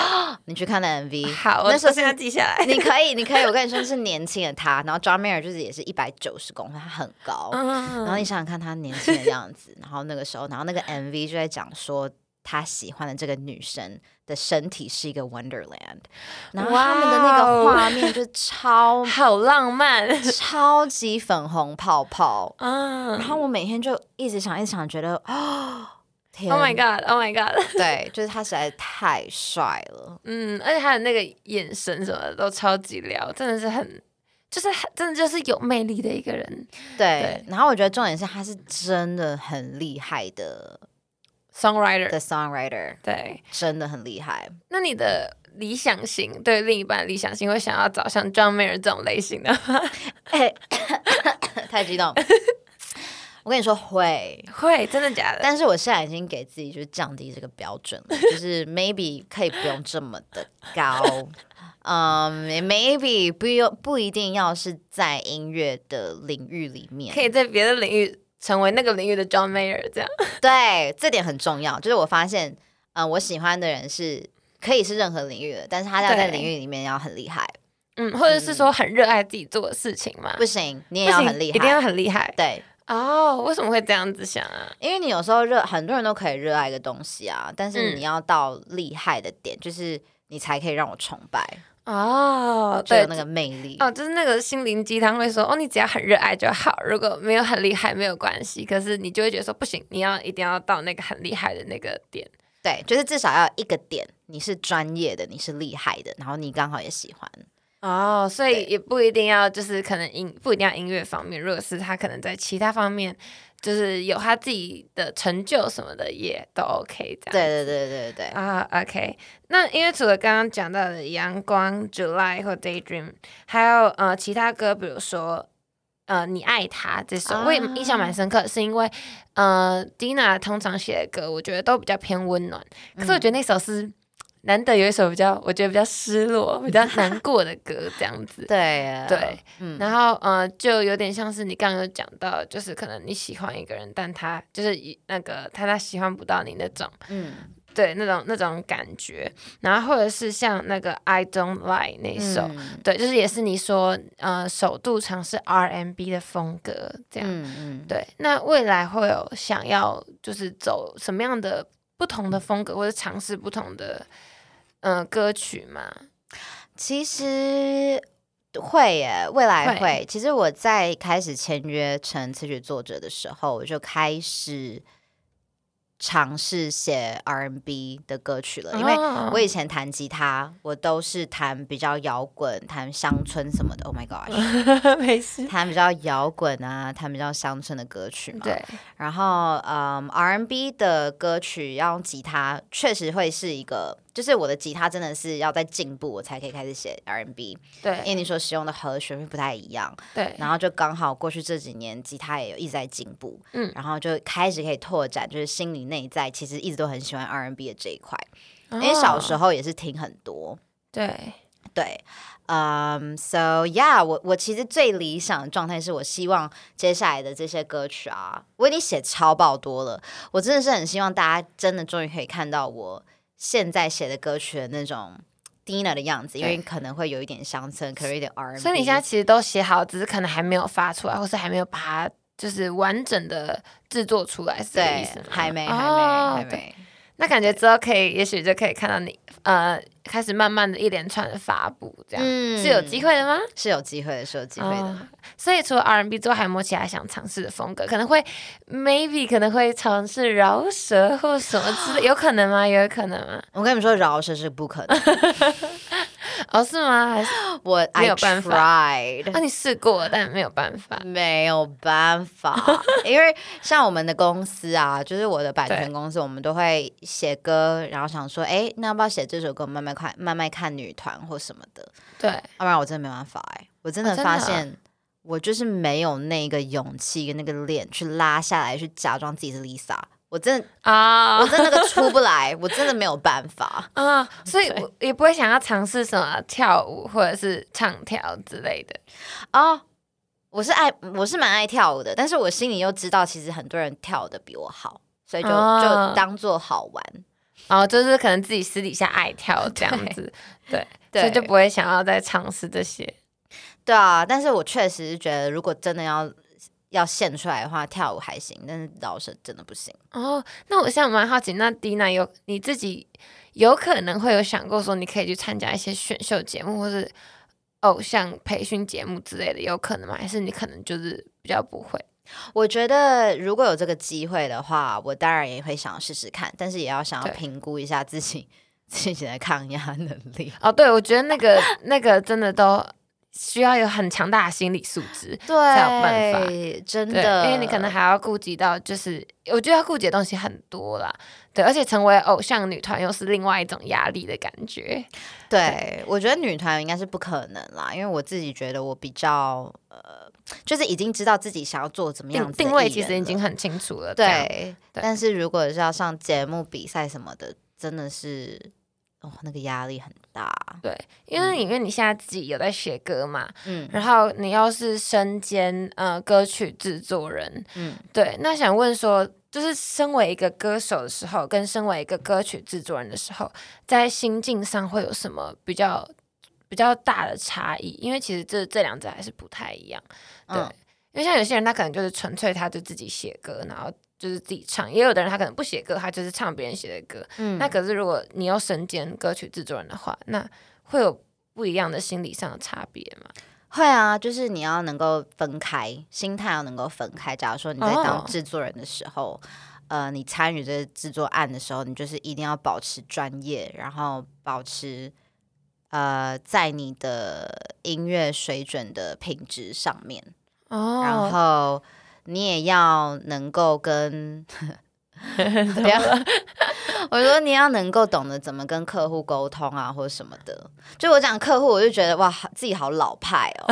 Speaker 4: 你去看那 MV，
Speaker 3: 好，我
Speaker 4: 那时候
Speaker 3: 现在记下来，
Speaker 4: 你可以，你可以，我跟你说是年轻的他，然后 John Mayer 就是也是一百九十公分，他很高。
Speaker 3: 嗯，
Speaker 4: 然后你想想看他年轻的样子，然后那个时候，然后那个 MV 就在讲说他喜欢的这个女生的身体是一个 Wonderland，然后他们的那
Speaker 3: 哇哦
Speaker 4: 个画面就
Speaker 3: 嗯
Speaker 4: 超
Speaker 3: 好浪漫
Speaker 4: 超级粉红泡泡。
Speaker 3: 嗯
Speaker 4: 然后我每天就一直想，一直想，觉得哦，天
Speaker 3: ，Oh my God，Oh my God，
Speaker 4: 对，就是他实在太帅了，
Speaker 3: 嗯，而且他的那个眼神什么的都超级撩，真的是很，就是很真的就是有魅力的一个人
Speaker 4: 对。然后我觉得重点是他是真的很厉害的
Speaker 3: ，songwriter，
Speaker 4: 的 songwriter
Speaker 3: 对。
Speaker 4: 真的很厉 害。
Speaker 3: 那你的理想型对另一半的理想型会想要找 像 John Mayer 这种类型的吗？
Speaker 4: 太激动。我跟你说会，
Speaker 3: 会真的假的？
Speaker 4: 但是我现在已经给自己就是降低这个标准 了，就是 maybe 可以不用这么的高，嗯、m a y b e 不用不一定要是在音乐的领域里面
Speaker 3: 可，以在别的领域成为那个领域的 John Mayer 这样。
Speaker 4: 对，这点很重要。就是我发现，嗯、我喜欢的人是可以是任何领域的，但是他要在
Speaker 3: 对
Speaker 4: 领域里面要很厉害，
Speaker 3: 嗯，或者是说很热爱自己做的事情嘛，
Speaker 4: 不行，
Speaker 3: 不
Speaker 4: 你也要
Speaker 3: 行
Speaker 4: 很厉
Speaker 3: 一定要
Speaker 4: 害。
Speaker 3: 很厉害。
Speaker 4: 对，
Speaker 3: 哦，为什么会这样子想啊？
Speaker 4: 因为你有时候热，很多人都可以热爱一个东西啊，但是
Speaker 3: 嗯
Speaker 4: 你要到厉害的点，就是你才可以让我崇拜，
Speaker 3: 哦，
Speaker 4: 就
Speaker 3: 对
Speaker 4: 有，那个魅力。
Speaker 3: 哦，就是那个心灵鸡汤会说，哦，你只要很热爱就好，如果没有很厉害没有关系。可是你就会觉得说，不行，你要一定要到那个很厉害的那个点。
Speaker 4: 对，就是至少要一个点，你是专业的，你是厉害的，然后你刚好也喜欢。
Speaker 3: 哦，所以
Speaker 4: 对
Speaker 3: 也不一定要就是可能音不一定要音乐方面，如果是他可能在其他方面就是有他自己的成就什么的，也都 OK 这样。
Speaker 4: 对对对对对对，
Speaker 3: 啊、o k 那因为除了刚刚讲到的《阳光》、《July》或《Daydream》，还有呃其他歌，比如说呃《你爱他》这首，我也印象
Speaker 4: 啊
Speaker 3: 蛮深刻，是因为呃 Dina 通常写的歌，我觉得都比较偏温暖，可是我
Speaker 4: 嗯
Speaker 3: 觉得那首是难得有一首比较，我觉得比较失落、比较难过的歌这样子。
Speaker 4: 对啊
Speaker 3: 对，
Speaker 4: 嗯，
Speaker 3: 然后呃，就有点像是你刚刚有讲到，就是可能你喜欢一个人，但他就是一那个他他喜欢不到你那种，
Speaker 4: 嗯，
Speaker 3: 对那种那种感觉，然后或者是像那个 I Don't Lie 那一首，
Speaker 4: 嗯
Speaker 3: 对，就是也是你说呃首度尝试 R&B 的风格这样，
Speaker 4: 嗯嗯，
Speaker 3: 对，那未来会有想要就是走什么样的不同的风格，或者尝试不同的嗯、呃歌曲吗？
Speaker 4: 其实。会耶，未来
Speaker 3: 会
Speaker 4: 会。其实我在开始签约成词曲作者的时候，我就开始尝试写 R&B 的歌曲了，因为
Speaker 3: 哦
Speaker 4: 我以前弹吉他，我都是弹比较摇滚、弹乡村什么的。Oh my gosh！
Speaker 3: 没事，
Speaker 4: 弹比较摇滚啊，弹比较乡村的歌曲嘛。
Speaker 3: 对，
Speaker 4: 然后，嗯，R&B 的歌曲要用吉他，确实会是一个，就是我的吉他真的是要在进步，我才可以开始写 R&B，因为
Speaker 3: 对，
Speaker 4: 你所使用的和弦会不太一样。
Speaker 3: 对，
Speaker 4: 然后就刚好过去这几年，吉他也有一直在进步，
Speaker 3: 嗯
Speaker 4: 然后就开始可以拓展，就是心里内在其实一直都很喜欢 R&B 的这一块，
Speaker 3: 因
Speaker 4: 因为小
Speaker 3: 候
Speaker 4: 时候也是听很多，
Speaker 3: 哦对，
Speaker 4: 对，嗯、s o yeah，我我其实最理想的状态是我希望接下来的这些歌曲啊，我已经写超爆多了，我真的是很希望大家真的终于可以看到我现在写的歌曲的那种 Dina 的样子，因为可能会有一点乡村，可能有一点 R，
Speaker 3: 所以你现在其实都写好，只是可能还没有发出来，或是还没有把它就是完整的制作出来，是这个意思
Speaker 4: 对
Speaker 3: 吗？
Speaker 4: 还没还没、
Speaker 3: 哦
Speaker 4: 还
Speaker 3: 对
Speaker 4: 没，
Speaker 3: 那感觉之后可以，也许就可以看到你呃开始慢慢的一连串的发布，这样、
Speaker 4: 嗯
Speaker 3: 是有机会的吗？
Speaker 4: 是有机会的，是有机会的。
Speaker 3: 哦所以除了 R&B 之外，还有没有其他想尝试的风格？可能会 maybe 可能会尝试饶舌或什么之类， 有可能吗？有可能吗？
Speaker 4: 我跟你们说，饶舌是不可 能的，
Speaker 3: 哦，是吗？还是
Speaker 4: 我
Speaker 3: 没
Speaker 4: I
Speaker 3: 有办法
Speaker 4: tried
Speaker 3: 啊，你试过了，但没有办法。
Speaker 4: 没有办 法，因为像我们的公司啊，就是我的版权
Speaker 3: 对
Speaker 4: 公司，我们都会写歌，然后想说，哎，那要不要写这首歌？慢慢看，慢慢看女团或什么的，
Speaker 3: 对，
Speaker 4: 要不然我真的没办法哎、我真
Speaker 3: 哦
Speaker 4: 的
Speaker 3: 真的啊
Speaker 4: 发现、我就是没有那个勇气跟那个脸去拉下来，去假装自己是 Lisa，我真 的，
Speaker 3: 啊、
Speaker 4: 我真的那个出不来，我真的没有办法。
Speaker 3: 啊、所以我也不会想要尝试什么跳舞或者是唱跳之类的。
Speaker 4: 哦，我是爱，我是蛮爱跳舞的，但是我心里又知道，其实很多人跳的比我好，所以就、
Speaker 3: 哦
Speaker 4: 就当做好玩。
Speaker 3: 哦，就是可能自己私底下爱跳这样子，对，
Speaker 4: 对
Speaker 3: 所以就不会想要再尝试这些。
Speaker 4: 对啊，但是我确实是觉得，如果真的要要献出来的话，跳舞还行，但是饶舌真的不行。
Speaker 3: 哦，那我现在蛮好奇，那 Dina 有你自己有可能会有想过说，你可以去参加一些选秀节目或是偶像培训节目之类的，有可能吗？还是你可能就是比较不会？
Speaker 4: 我觉得如果有这个机会的话，我当然也会想要试试看，但是也要想要
Speaker 3: 对
Speaker 4: 评估一下自己自己的抗压能力。
Speaker 3: 哦，对，我觉得那个那个真的都需要有很强大的心理素质。才有办
Speaker 4: 对，真
Speaker 3: 对，
Speaker 4: 的，
Speaker 3: 因为你可能还要顾及到，就是我觉得要顾及的东西很多啦。对，而且成为偶像女团又是另外一种压力的感觉。
Speaker 4: 对，我觉得女团应该是不可能啦，因为我自己觉得我比较呃，就是已经知道自己想要做怎么样
Speaker 3: 定
Speaker 4: 子的
Speaker 3: 定位
Speaker 4: 艺
Speaker 3: 其实
Speaker 4: 人
Speaker 3: 已经
Speaker 4: 了
Speaker 3: 很清楚了。这样，
Speaker 4: 对，
Speaker 3: 对
Speaker 4: 但是如果是要上节目、比赛什么的，真的是哦，那个压力很大。
Speaker 3: 对，因为因为你现在自己有在写歌嘛，
Speaker 4: 嗯
Speaker 3: 然后你又是身兼呃歌曲制作人，
Speaker 4: 嗯，
Speaker 3: 对，那想问说，就是身为一个歌手的时候，跟身为一个歌曲制作人的时候，在心境上会有什么比较比较大的差异？因为其实这这两者还是不太一样。对，
Speaker 4: 嗯
Speaker 3: 因为像有些人他可能就是纯粹他就自己写歌，然后就是自己唱；也有的人他可能不写歌，他就是唱别人写的歌。
Speaker 4: 嗯
Speaker 3: 那可是如果你要身兼歌曲制作人的话，那会有不一样的心理上的差别吗？
Speaker 4: 会啊，就是你要能够分开，心态要能够分开。假如说你在
Speaker 3: 哦
Speaker 4: 当制作人的时候呃，你参与这个制作案的时候，你就是一定要保持专业，然后保持呃在你的音乐水准的品质上面，然
Speaker 3: 哦，
Speaker 4: 后你也要能够跟。不要，我说你要能够懂得怎么跟客户沟通啊，或者什么的。就我讲客户，我就觉得哇，好自己好老派哦。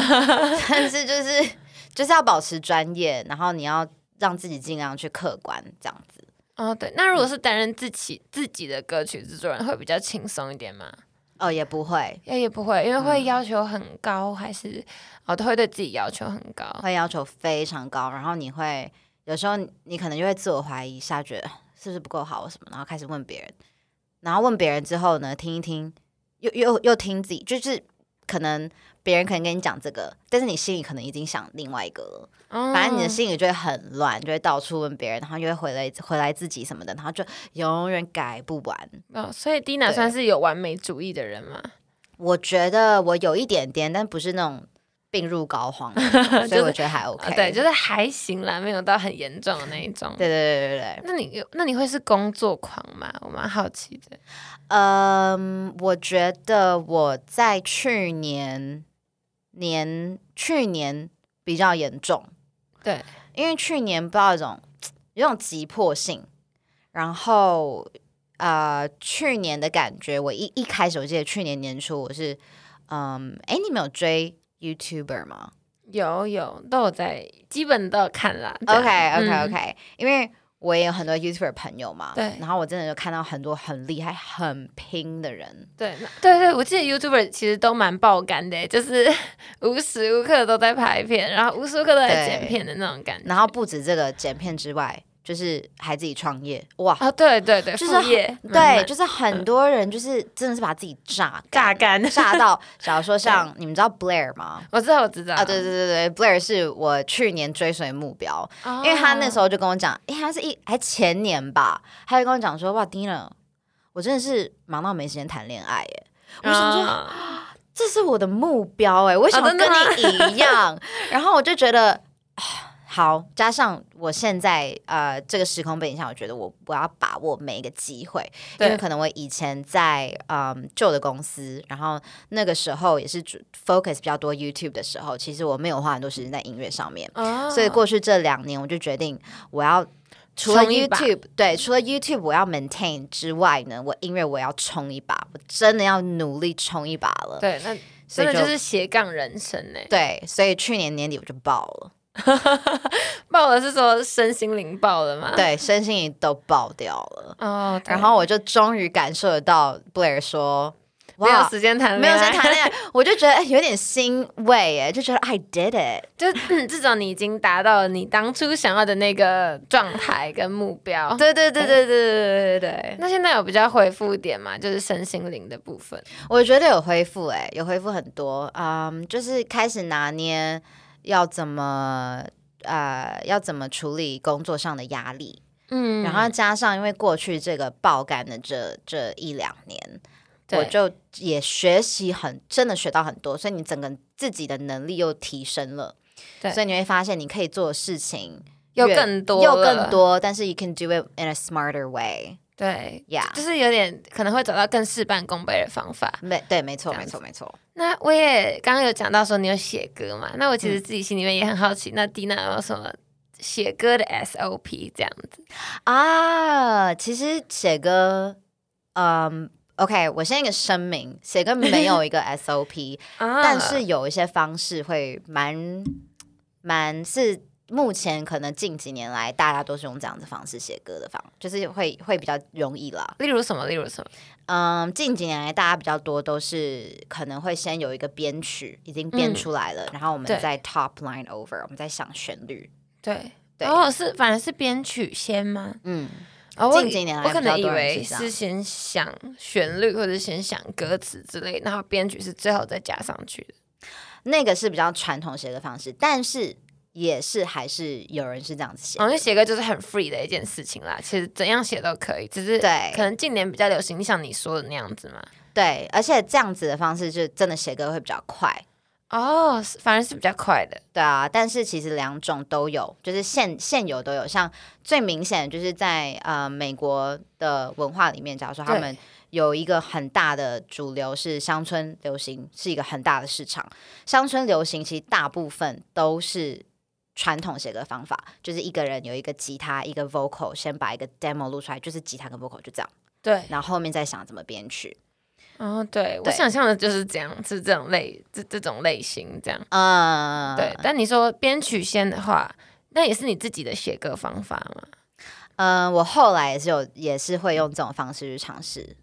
Speaker 4: 但是就是就是要保持专业，然后你要让自己尽量去客观这样子。
Speaker 3: 哦，对。那如果是担任自己自己的歌曲制作人，会比较轻松一点吗？嗯
Speaker 4: 哦，也不会
Speaker 3: 也也不会，因为会要求很高，还是哦，都会对自己要求很高。
Speaker 4: 会要求非常高，然后你会有时候你你可能就会自我怀疑一下，觉得是不是不够好什么，然后开始问别人，然后问别人之后呢，听一听，又又又听自己，就是可能别人可能跟你讲这个，但是你心里可能已经想另外一个了，
Speaker 3: 哦
Speaker 4: 反正你的心里就会很乱，就会到处问别人，然后就会回来回来自己什么的，然后就永远改不完。
Speaker 3: 哦，所以 Dina
Speaker 4: 对
Speaker 3: 算是有完美主义的人嘛？
Speaker 4: 我觉得我有一点点，但不是那种病入膏肓 的那种，所以我觉得还 OK。
Speaker 3: 啊，对，就是还行啦，没有到很严重的那一 种。
Speaker 4: 对对对对对。
Speaker 3: 那你有那你会是工作狂吗？我蛮好奇的。
Speaker 4: 嗯，我觉得我在去年年去年比较严重，
Speaker 3: 对，
Speaker 4: 因为去年不知道有一种有一种急迫性，然后呃，去年的感觉，我一一开始我记得去年年初我是嗯，哎，你们有追 YouTuber 吗？
Speaker 3: 有有都有在，基本都有看啦。这样
Speaker 4: OK OK
Speaker 3: 嗯
Speaker 4: OK，、因为我也有很多 YouTuber 朋友嘛，
Speaker 3: 对
Speaker 4: 然后我真的就看到很多很厉害、很拼的人，
Speaker 3: 对那对对，我记得 YouTuber 其实都蛮爆肝的， 就是无时无刻都在拍片，然后无时无刻都在
Speaker 4: 对
Speaker 3: 剪片的那种感觉。
Speaker 4: 然后不止这个剪片之外，就是还自己创业，哇！
Speaker 3: 啊，对对对，
Speaker 4: 就是
Speaker 3: 副业
Speaker 4: 对，就是很多人就是真的是把自己榨
Speaker 3: 嗯榨
Speaker 4: 干，
Speaker 3: 干。
Speaker 4: 榨到。假如说像你们知道 Blair 吗？
Speaker 3: 我知道，我知道
Speaker 4: 啊，对对对对，Blair 是我去年追随目标，
Speaker 3: 哦
Speaker 4: 因为他那时候就跟我讲，诶，他是一还前年吧，他就跟我讲说，哇，Dina，我真的是忙到没时间谈恋爱耶。我想说，
Speaker 3: 啊
Speaker 4: 这是我的目标哎、我想
Speaker 3: 哦真
Speaker 4: 跟
Speaker 3: 的吗
Speaker 4: 你 一样。然后我就觉得啊好，加上我现在呃这个时空背景下，我觉得我我要把握每一个机会，因
Speaker 3: 对
Speaker 4: 为可能我以前在嗯旧的公司，然后那个时候也是主 focus 比较多 YouTube 的时候，其实我没有花很多时间在音乐上面。
Speaker 3: 哦
Speaker 4: 所以过去这两年，我就决定我要除了
Speaker 3: 冲一把
Speaker 4: YouTube 对，除了 YouTube 我要 maintain 之外呢，我音乐我要冲一把，我真的要努力冲一把了。
Speaker 3: 对，那
Speaker 4: 所
Speaker 3: 真
Speaker 4: 以
Speaker 3: 的
Speaker 4: 就
Speaker 3: 就是斜杠人生欸呢。
Speaker 4: 对，所以去年年底我就爆了，
Speaker 3: 爆了是说身心灵爆了吗？，
Speaker 4: 对，身心灵都爆掉了。
Speaker 3: 哦，对
Speaker 4: 然后我就终于感受得到 Blair 说，
Speaker 3: 没有
Speaker 4: 哇，
Speaker 3: 时间谈
Speaker 4: 没
Speaker 3: 恋
Speaker 4: 有
Speaker 3: 爱，
Speaker 4: 先谈恋爱，我就觉得哎有点欣慰哎，就觉得 I did it。
Speaker 3: 就至少你已经达到了你当初想要的那个状态跟目标。
Speaker 4: 对对对对对对对对对，
Speaker 3: 那现在有比较恢复一点嘛？就是身心灵的部分。
Speaker 4: 我觉得有恢复哎，有恢复很多，嗯，就是开始拿捏要怎么呃要怎么处理工作上的压力，
Speaker 3: 嗯
Speaker 4: 然后加上因为过去这个爆肝的这这一两年，
Speaker 3: 对
Speaker 4: 我就也学习很真的学到很多，所以你整个自己的能力又提升了
Speaker 3: 对，
Speaker 4: 所以你会发现你可以做的事情
Speaker 3: 又
Speaker 4: 越
Speaker 3: 更多，
Speaker 4: 又更。多，但是 you can do it in a smarter way。
Speaker 3: 对
Speaker 4: Yeah
Speaker 3: 就是有点可能会找到更事半功倍的方法。
Speaker 4: 没对，没错，
Speaker 3: 这样
Speaker 4: 没
Speaker 3: 子
Speaker 4: 错，没错。
Speaker 3: 那我也刚刚有讲到说你有写歌嘛，那我
Speaker 4: 嗯
Speaker 3: 其实自己心里面也很好奇，那迪娜有没有什么写歌的 SOP 这样子？
Speaker 4: 啊，其实写歌，嗯，OK，我先一个声明，写歌没有一个 SOP，
Speaker 3: 啊
Speaker 4: 但是有一些方式会蛮蛮是目前可能近几年来大家都是用这样的方式写歌的方，就是会会比较容易啦。
Speaker 3: 例如什么？例如什么？
Speaker 4: 嗯，近几年来大家比较多都是可能会先有一个编曲已经编
Speaker 3: 嗯
Speaker 4: 出来了，然后我们
Speaker 3: 对
Speaker 4: 再 top line over，我们再想旋律。
Speaker 3: 对。
Speaker 4: 对
Speaker 3: 哦，是反而是编曲先吗？
Speaker 4: 嗯，
Speaker 3: 哦，我
Speaker 4: 近几年来
Speaker 3: 我可能
Speaker 4: 比
Speaker 3: 以
Speaker 4: 较多人是
Speaker 3: 为
Speaker 4: 这样
Speaker 3: 是先想旋律或者先想歌词之类，然后编曲是最后再加上去的。
Speaker 4: 那个是比较传统写歌方式，但是也是还是有人是这样子写。
Speaker 3: 我觉得写歌就是很 free 的一件事情啦，其实怎样写都可以，只是
Speaker 4: 对
Speaker 3: 可能近年比较流行像你说的那样子嘛。
Speaker 4: 对，而且这样子的方式就真的写歌会比较快。
Speaker 3: 哦，是反而是比较快的。
Speaker 4: 对啊，但是其实两种都有，就是现现有都有，像最明显的就是在呃美国的文化里面，假如说他
Speaker 3: 对
Speaker 4: 们有一个很大的主流是乡村流行，是一个很大的市场。乡村流行其实大部分都是传统写歌方法，就是一个人有一个吉他，一个 vocal，先把一个 demo 录出来，就是吉他跟 vocal 就这样。
Speaker 3: 对，
Speaker 4: 然后后面再想怎么编曲。
Speaker 3: 哦，对我
Speaker 4: 对
Speaker 3: 想象的就是这样，是这种类这这种类型这样。
Speaker 4: 嗯，
Speaker 3: 对，，但你说编曲先的话，那也是你自己的写歌方法嘛？
Speaker 4: 嗯，我后来也是有，也是会用这种方式去尝试。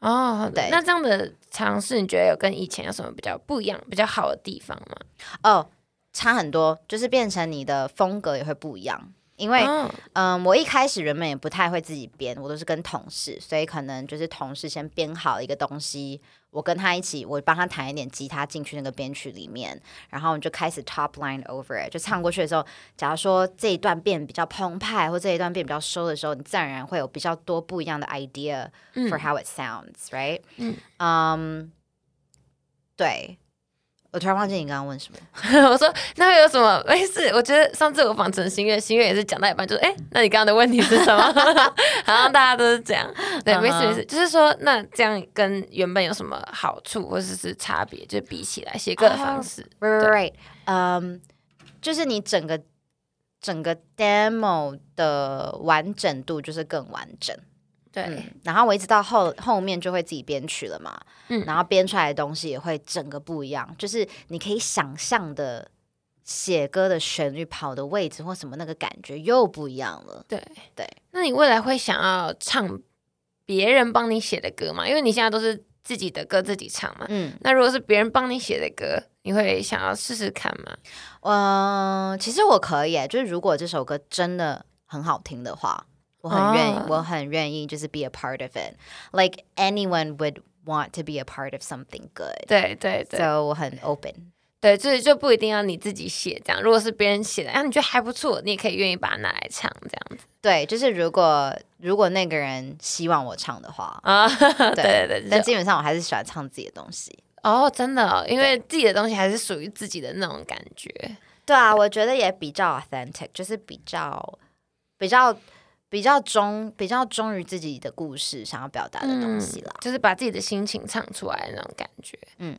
Speaker 3: 哦，好的
Speaker 4: 对
Speaker 3: 那这样的尝试，你觉得有跟以前有什么比较不一样、比较好的地方吗？
Speaker 4: 哦，差很多，就是变成你的风格也会不一样。因为，
Speaker 3: 哦
Speaker 4: 嗯，我一开始原本也不太会自己编，我都是跟同事，所以可能就是同事先编好一个东西，我跟他一起，我帮他弹一点吉他进去那个编曲里面，然后我们就开始 top line over it，就唱过去的时候，假如说这一段变比较澎湃，或这一段变比较收的时候，你自然而然会有比较多不一样的 idea，
Speaker 3: 嗯
Speaker 4: for how it sounds, right?
Speaker 3: 嗯
Speaker 4: 嗯，对，我突然忘记你刚刚问什么。
Speaker 3: 我说那会有什么没事？我觉得上次我访陈星月，星月也是讲到一半就说，哎、那你刚刚的问题是什么？ 好像大家都是这样，对，没
Speaker 4: 嗯
Speaker 3: 事没事，就是说那这样跟原本有什么好处或者是是差别？就比起来写歌的方式，
Speaker 4: Right, right, right. 嗯，就是你整个整个 demo 的完整度就是更完整。
Speaker 3: 对，
Speaker 4: 嗯，然后我一直到后后面就会自己编曲了嘛，
Speaker 3: 嗯
Speaker 4: 然后编出来的东西也会整个不一样，就是你可以想象的写歌的旋律跑的位置或什么那个感觉又不一样了。
Speaker 3: 对
Speaker 4: 对。
Speaker 3: 那你未来会想要唱别人帮你写的歌吗？因为你现在都是自己的歌自己唱嘛。
Speaker 4: 嗯，
Speaker 3: 那如果是别人帮你写的歌，你会想要试试看吗？
Speaker 4: 嗯，其实我可以耶，就是如果这首歌真的很好听的话，我很愿意，
Speaker 3: 哦
Speaker 4: 我很愿意就是 be a part of it。Like anyone would want to be a part of something good，
Speaker 3: 对对对
Speaker 4: so 我很 open。
Speaker 3: 对，所以就不一定要你自己写这样。如果是别人写的，啊，你觉得还不错，你也可以愿意把它拿来唱这样子
Speaker 4: 对，就是如果如果那个人希望我唱的话，
Speaker 3: 啊。 对对对，
Speaker 4: 但
Speaker 3: 就
Speaker 4: 基本上我还是喜欢唱自己的东西。
Speaker 3: 哦，真的、哦，因为自己的东西还是属于自己的那种感觉。
Speaker 4: 对啊，我觉得也比较 authentic，就是比较比较比较忠比较忠于自己的故事想要表达的东西啦。
Speaker 3: 就是把自己的心情唱出来的那种感觉。嗯
Speaker 4: 嗯，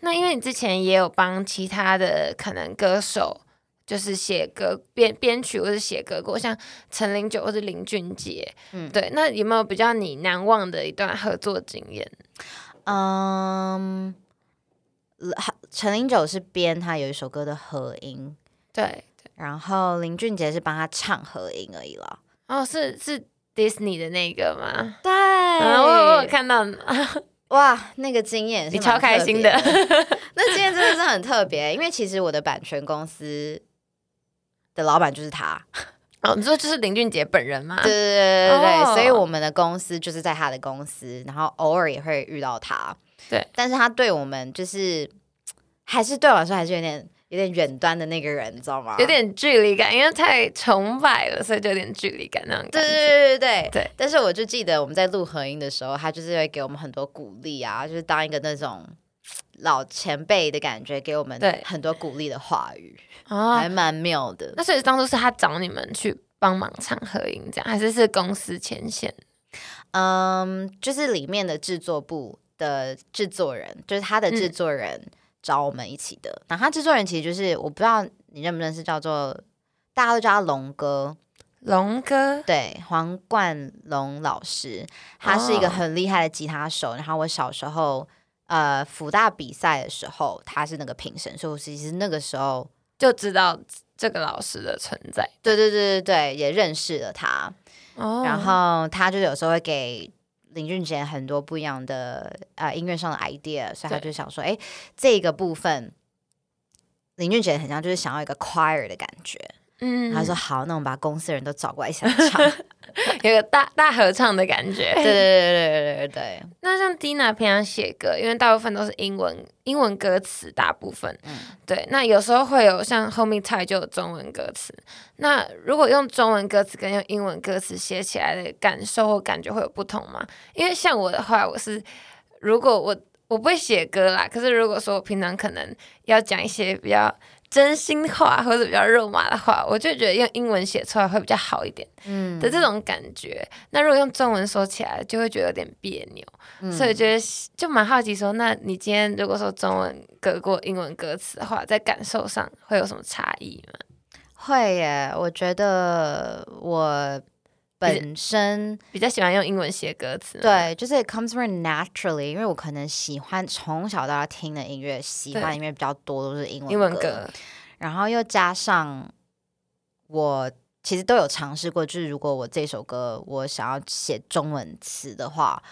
Speaker 3: 那因为你之前也有帮其他的可能歌手，就是写歌编编曲或者写歌过，像陈零九或者林俊杰，嗯，
Speaker 4: 嗯
Speaker 3: 对。那有没有比较你难忘的一段合作经验？
Speaker 4: 嗯，陈零九是编他有一首歌的合音，
Speaker 3: 对，
Speaker 4: 然后林俊杰是帮他唱合音而已啦。
Speaker 3: 哦，是是 Disney 的那个吗？
Speaker 4: 对，
Speaker 3: 啊，我我有看到，
Speaker 4: 哇，那个经验也是
Speaker 3: 你
Speaker 4: 蛮
Speaker 3: 超开心的
Speaker 4: 特别 那经验真的是很特别，因为其实我的版权公司的老板就是他，
Speaker 3: 哦，你说就是林俊杰本人吗
Speaker 4: 对？对对对对，
Speaker 3: 哦
Speaker 4: 所以我们的公司就是在他的公司，然后偶尔也会遇到他。
Speaker 3: 对，
Speaker 4: 但是他对我们就是还是对我来说还是有点有点远端的那个人，你知道吗？
Speaker 3: 有点距离感，因为太崇拜了，所以就有点距离感那种
Speaker 4: 对
Speaker 3: 感
Speaker 4: 对
Speaker 3: 觉。
Speaker 4: 对对对
Speaker 3: 对
Speaker 4: 但是我就记得我们在录合音的时候，他就是会给我们很多鼓励啊，就是当一个那种老前辈的感觉，给我们
Speaker 3: 对
Speaker 4: 很多鼓励的话语，
Speaker 3: 哦
Speaker 4: 还，蛮妙的
Speaker 3: 那。所以当初是他找你们去帮忙唱合影，这样还是是公司牵线？
Speaker 4: 嗯，就是里面的制作部的制作人，就是他的制作人找我们一起的。然后他制作人其实就是我不知道你认不认识，叫做大家都叫他龙哥，
Speaker 3: 龙哥，
Speaker 4: 对，黄冠龙老师，他是一个
Speaker 3: 哦
Speaker 4: 很厉害的吉他手。然后我小时候呃福大比赛的时候，他是那个评审，所以我其实那个时候。
Speaker 3: 就知道这个老师的存在。
Speaker 4: 对对对对对，也认识了他。
Speaker 3: 哦
Speaker 4: 然后他就有时候会给林俊杰很多不一样的呃音乐上的 idea，所以他
Speaker 3: 对
Speaker 4: 就想说，哎，这个部分林俊杰很像就是想要一个 choir 的感觉。
Speaker 3: 嗯
Speaker 4: 他说好，那我们把公司的人都找过来一起来唱。
Speaker 3: 有个大大合唱的感觉。
Speaker 4: 对对对对对对对
Speaker 3: 那像 Dina 平常写歌，因为大部分都是英文英文歌词，大部分、
Speaker 4: 嗯
Speaker 3: 对。那有时候会有像 Homie t 就有中文歌词。那如果用中文歌词跟用英文歌词写起来的感受或感觉会有不同吗？因为像我的话，我是如果我我不会写歌啦，可是如果说我平常可能要讲一些比较真心话或者比较肉麻的话，我就觉得用英文写出来会比较好一点
Speaker 4: 对，嗯
Speaker 3: 的这种感觉。那如果用中文说起来，就会觉得有点别扭。所以觉得就蛮好奇说，那你今天如果说中文歌过英文歌词的话，在感受上会有什么差异吗？
Speaker 4: 会耶，我觉得我本身。
Speaker 3: 比较喜欢用英文写歌词吗，
Speaker 4: 对，就是 it comes very naturally，因为我可能喜欢从小到大听的音乐，喜欢
Speaker 3: 对
Speaker 4: 的音乐比较多都是英文
Speaker 3: 英文歌，
Speaker 4: 然后又加上我其实都有尝试过，就是如果我这首歌我想要写中文词的话，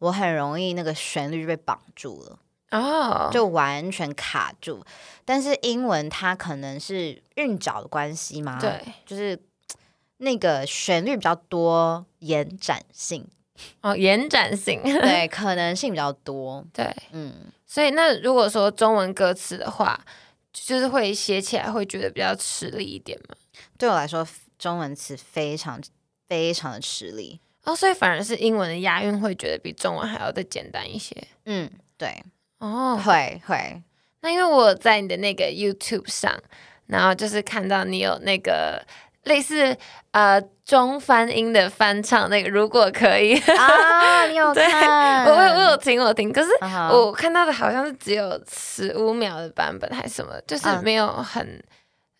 Speaker 4: 我很容易那个旋律就被绑住了，
Speaker 3: 哦，
Speaker 4: 就完全卡住。但是英文它可能是韵脚的关系嘛，
Speaker 3: 对，
Speaker 4: 就是那个旋律比较多，延展 性
Speaker 3: 哦，延展性，
Speaker 4: 对可能性比较多，
Speaker 3: 对。
Speaker 4: 嗯。
Speaker 3: 所以那如果说中文歌词的话，就是会写起来会觉得比较吃力一点嘛。
Speaker 4: 对我来说，中文词非常非常的吃力。
Speaker 3: 哦，所以反而是英文的押韵会觉得比中文还要再简单一些。
Speaker 4: 嗯，对，
Speaker 3: 哦，
Speaker 4: 会会，
Speaker 3: 那因为我有在你的那个 YouTube 上，然后就是看到你有那个类似呃中翻英的翻唱那个，如果可以，
Speaker 4: 啊，你有
Speaker 3: 对我
Speaker 4: 看？
Speaker 3: 我有我有听我有听，可是
Speaker 4: 啊哈
Speaker 3: 我看到的好像是只有十五秒的版本还是什么，就是
Speaker 4: 嗯
Speaker 3: 没有很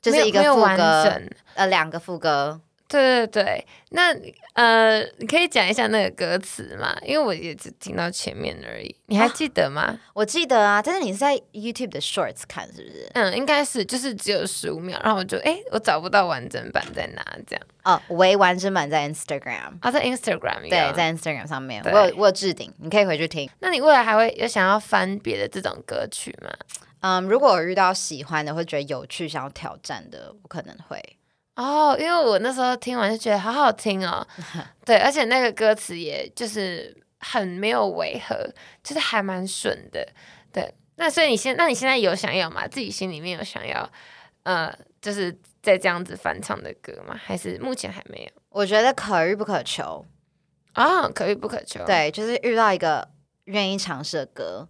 Speaker 4: 就是
Speaker 3: 没有
Speaker 4: 一个
Speaker 3: 没有
Speaker 4: 副
Speaker 3: 完
Speaker 4: 歌，
Speaker 3: 整。
Speaker 4: 呃，两个副歌。
Speaker 3: 对对对，那呃，你可以讲一下那个歌词吗？因为我也只听到前面而已，你
Speaker 4: 啊
Speaker 3: 还记得吗？
Speaker 4: 我记得啊，但是你是在 YouTube 的 Shorts 看是不是？
Speaker 3: 嗯，应该是就是只有十五秒，然后我就诶，我找不到完整版在哪这样。
Speaker 4: 哦，为完整版在 Instagram，
Speaker 3: 啊，在 Instagram 有
Speaker 4: 对，在 Instagram 上面，
Speaker 3: 对
Speaker 4: 我有我有置顶，你可以回去听。
Speaker 3: 那你未来还会有想要翻别的这种歌曲吗？
Speaker 4: 嗯，如果我遇到喜欢的，会觉得有趣，想要挑战的，我可能会。
Speaker 3: 哦，因为我那时候听完就觉得好好听 哦，对，而且那个歌词也就是很没有违和，就是还蛮顺的，对。那所以你现，那你现在有想要吗？自己心里面有想要，呃，就是在这样子翻唱的歌吗？还是目前还没有？
Speaker 4: 我觉得可遇不可求，
Speaker 3: 哦，可遇不可求。，
Speaker 4: 对，就是遇到一个愿意尝试的歌，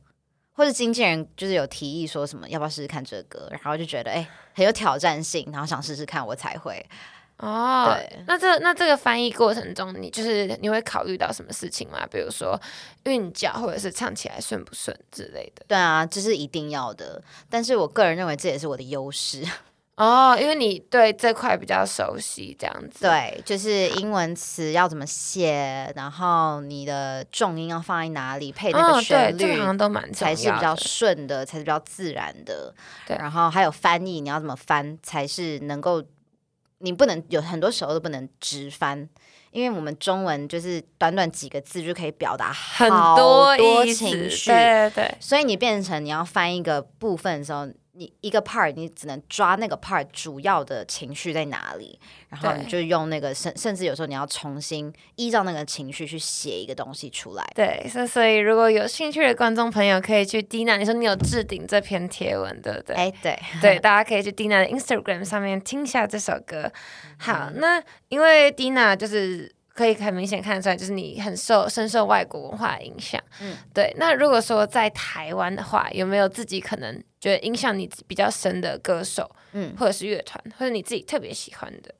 Speaker 4: 或者经纪人就是有提议说什么要不要试试看这个歌，然后就觉得哎、很有挑战性，然后想试试看，我才会。
Speaker 3: 哦，
Speaker 4: 对
Speaker 3: 那这那这个翻译过程中，你就是你会考虑到什么事情吗？比如说韵脚，或者是唱起来顺不顺之类的。
Speaker 4: 对啊，这是一定要的。但是我个人认为这也是我的优势。
Speaker 3: 哦，因为你对这块比较熟悉，这样子。，
Speaker 4: 对，就是英文词要怎么写，然后你的重音要放在哪里，配那
Speaker 3: 嗯，
Speaker 4: 个
Speaker 3: 对，
Speaker 4: 旋
Speaker 3: 这个
Speaker 4: 律
Speaker 3: 好像都蛮重
Speaker 4: 才
Speaker 3: 要
Speaker 4: 是比较
Speaker 3: 的
Speaker 4: 顺的，才是比较自然的。
Speaker 3: 对
Speaker 4: 然后还有翻译，你要怎么翻才是能够，你不能有很多时候都不能直翻。因为我们中文就是短短几个字就可以表达
Speaker 3: 很
Speaker 4: 好多
Speaker 3: 意思，
Speaker 4: 情绪，
Speaker 3: 对对对，
Speaker 4: 所以你变成你要翻一个部分的时候，你一个 part 你只能抓那个 part 主要的情绪在哪里，然后
Speaker 3: 对
Speaker 4: 你就用那个甚甚至有时候你要重新依照那个情绪去写一个东西出来。
Speaker 3: 对，所以所以如果有兴趣的观众朋友，可以去 Dina，你说你有置顶这篇贴文，对不对？
Speaker 4: 哎，对，
Speaker 3: 对，大家可以去 Dina 的 Instagram 上面听一下这首
Speaker 4: 嗯
Speaker 3: 歌。好，那因为 Dina 就是可以很明显看得出来，就是你很受深受外国文化影响。嗯
Speaker 4: 嗯，
Speaker 3: 对。那如果说在台湾的话，有没有自己可能觉得影响你比较深的歌手
Speaker 4: 嗯，
Speaker 3: 或者是乐团，或者你自己特别喜欢的？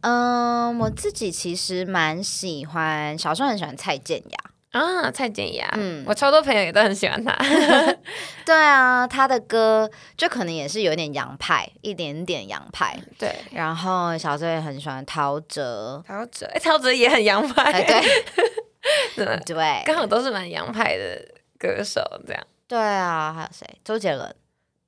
Speaker 4: 嗯，我自己其实蛮喜欢，小时候很喜欢蔡健雅。
Speaker 3: 啊，蔡健雅，
Speaker 4: 嗯
Speaker 3: 我超多朋友也都很喜欢 她。
Speaker 4: 对啊，她的歌就可能也是有点洋派，一点点洋派。
Speaker 3: 对，
Speaker 4: 然后小时候也很喜欢陶喆，
Speaker 3: 陶喆，哎，陶喆也很洋
Speaker 4: 哎、
Speaker 3: 派，
Speaker 4: 对
Speaker 3: 真的
Speaker 4: 对
Speaker 3: 刚好都是蛮洋派的歌手这样。
Speaker 4: 对啊，还有谁？周杰伦。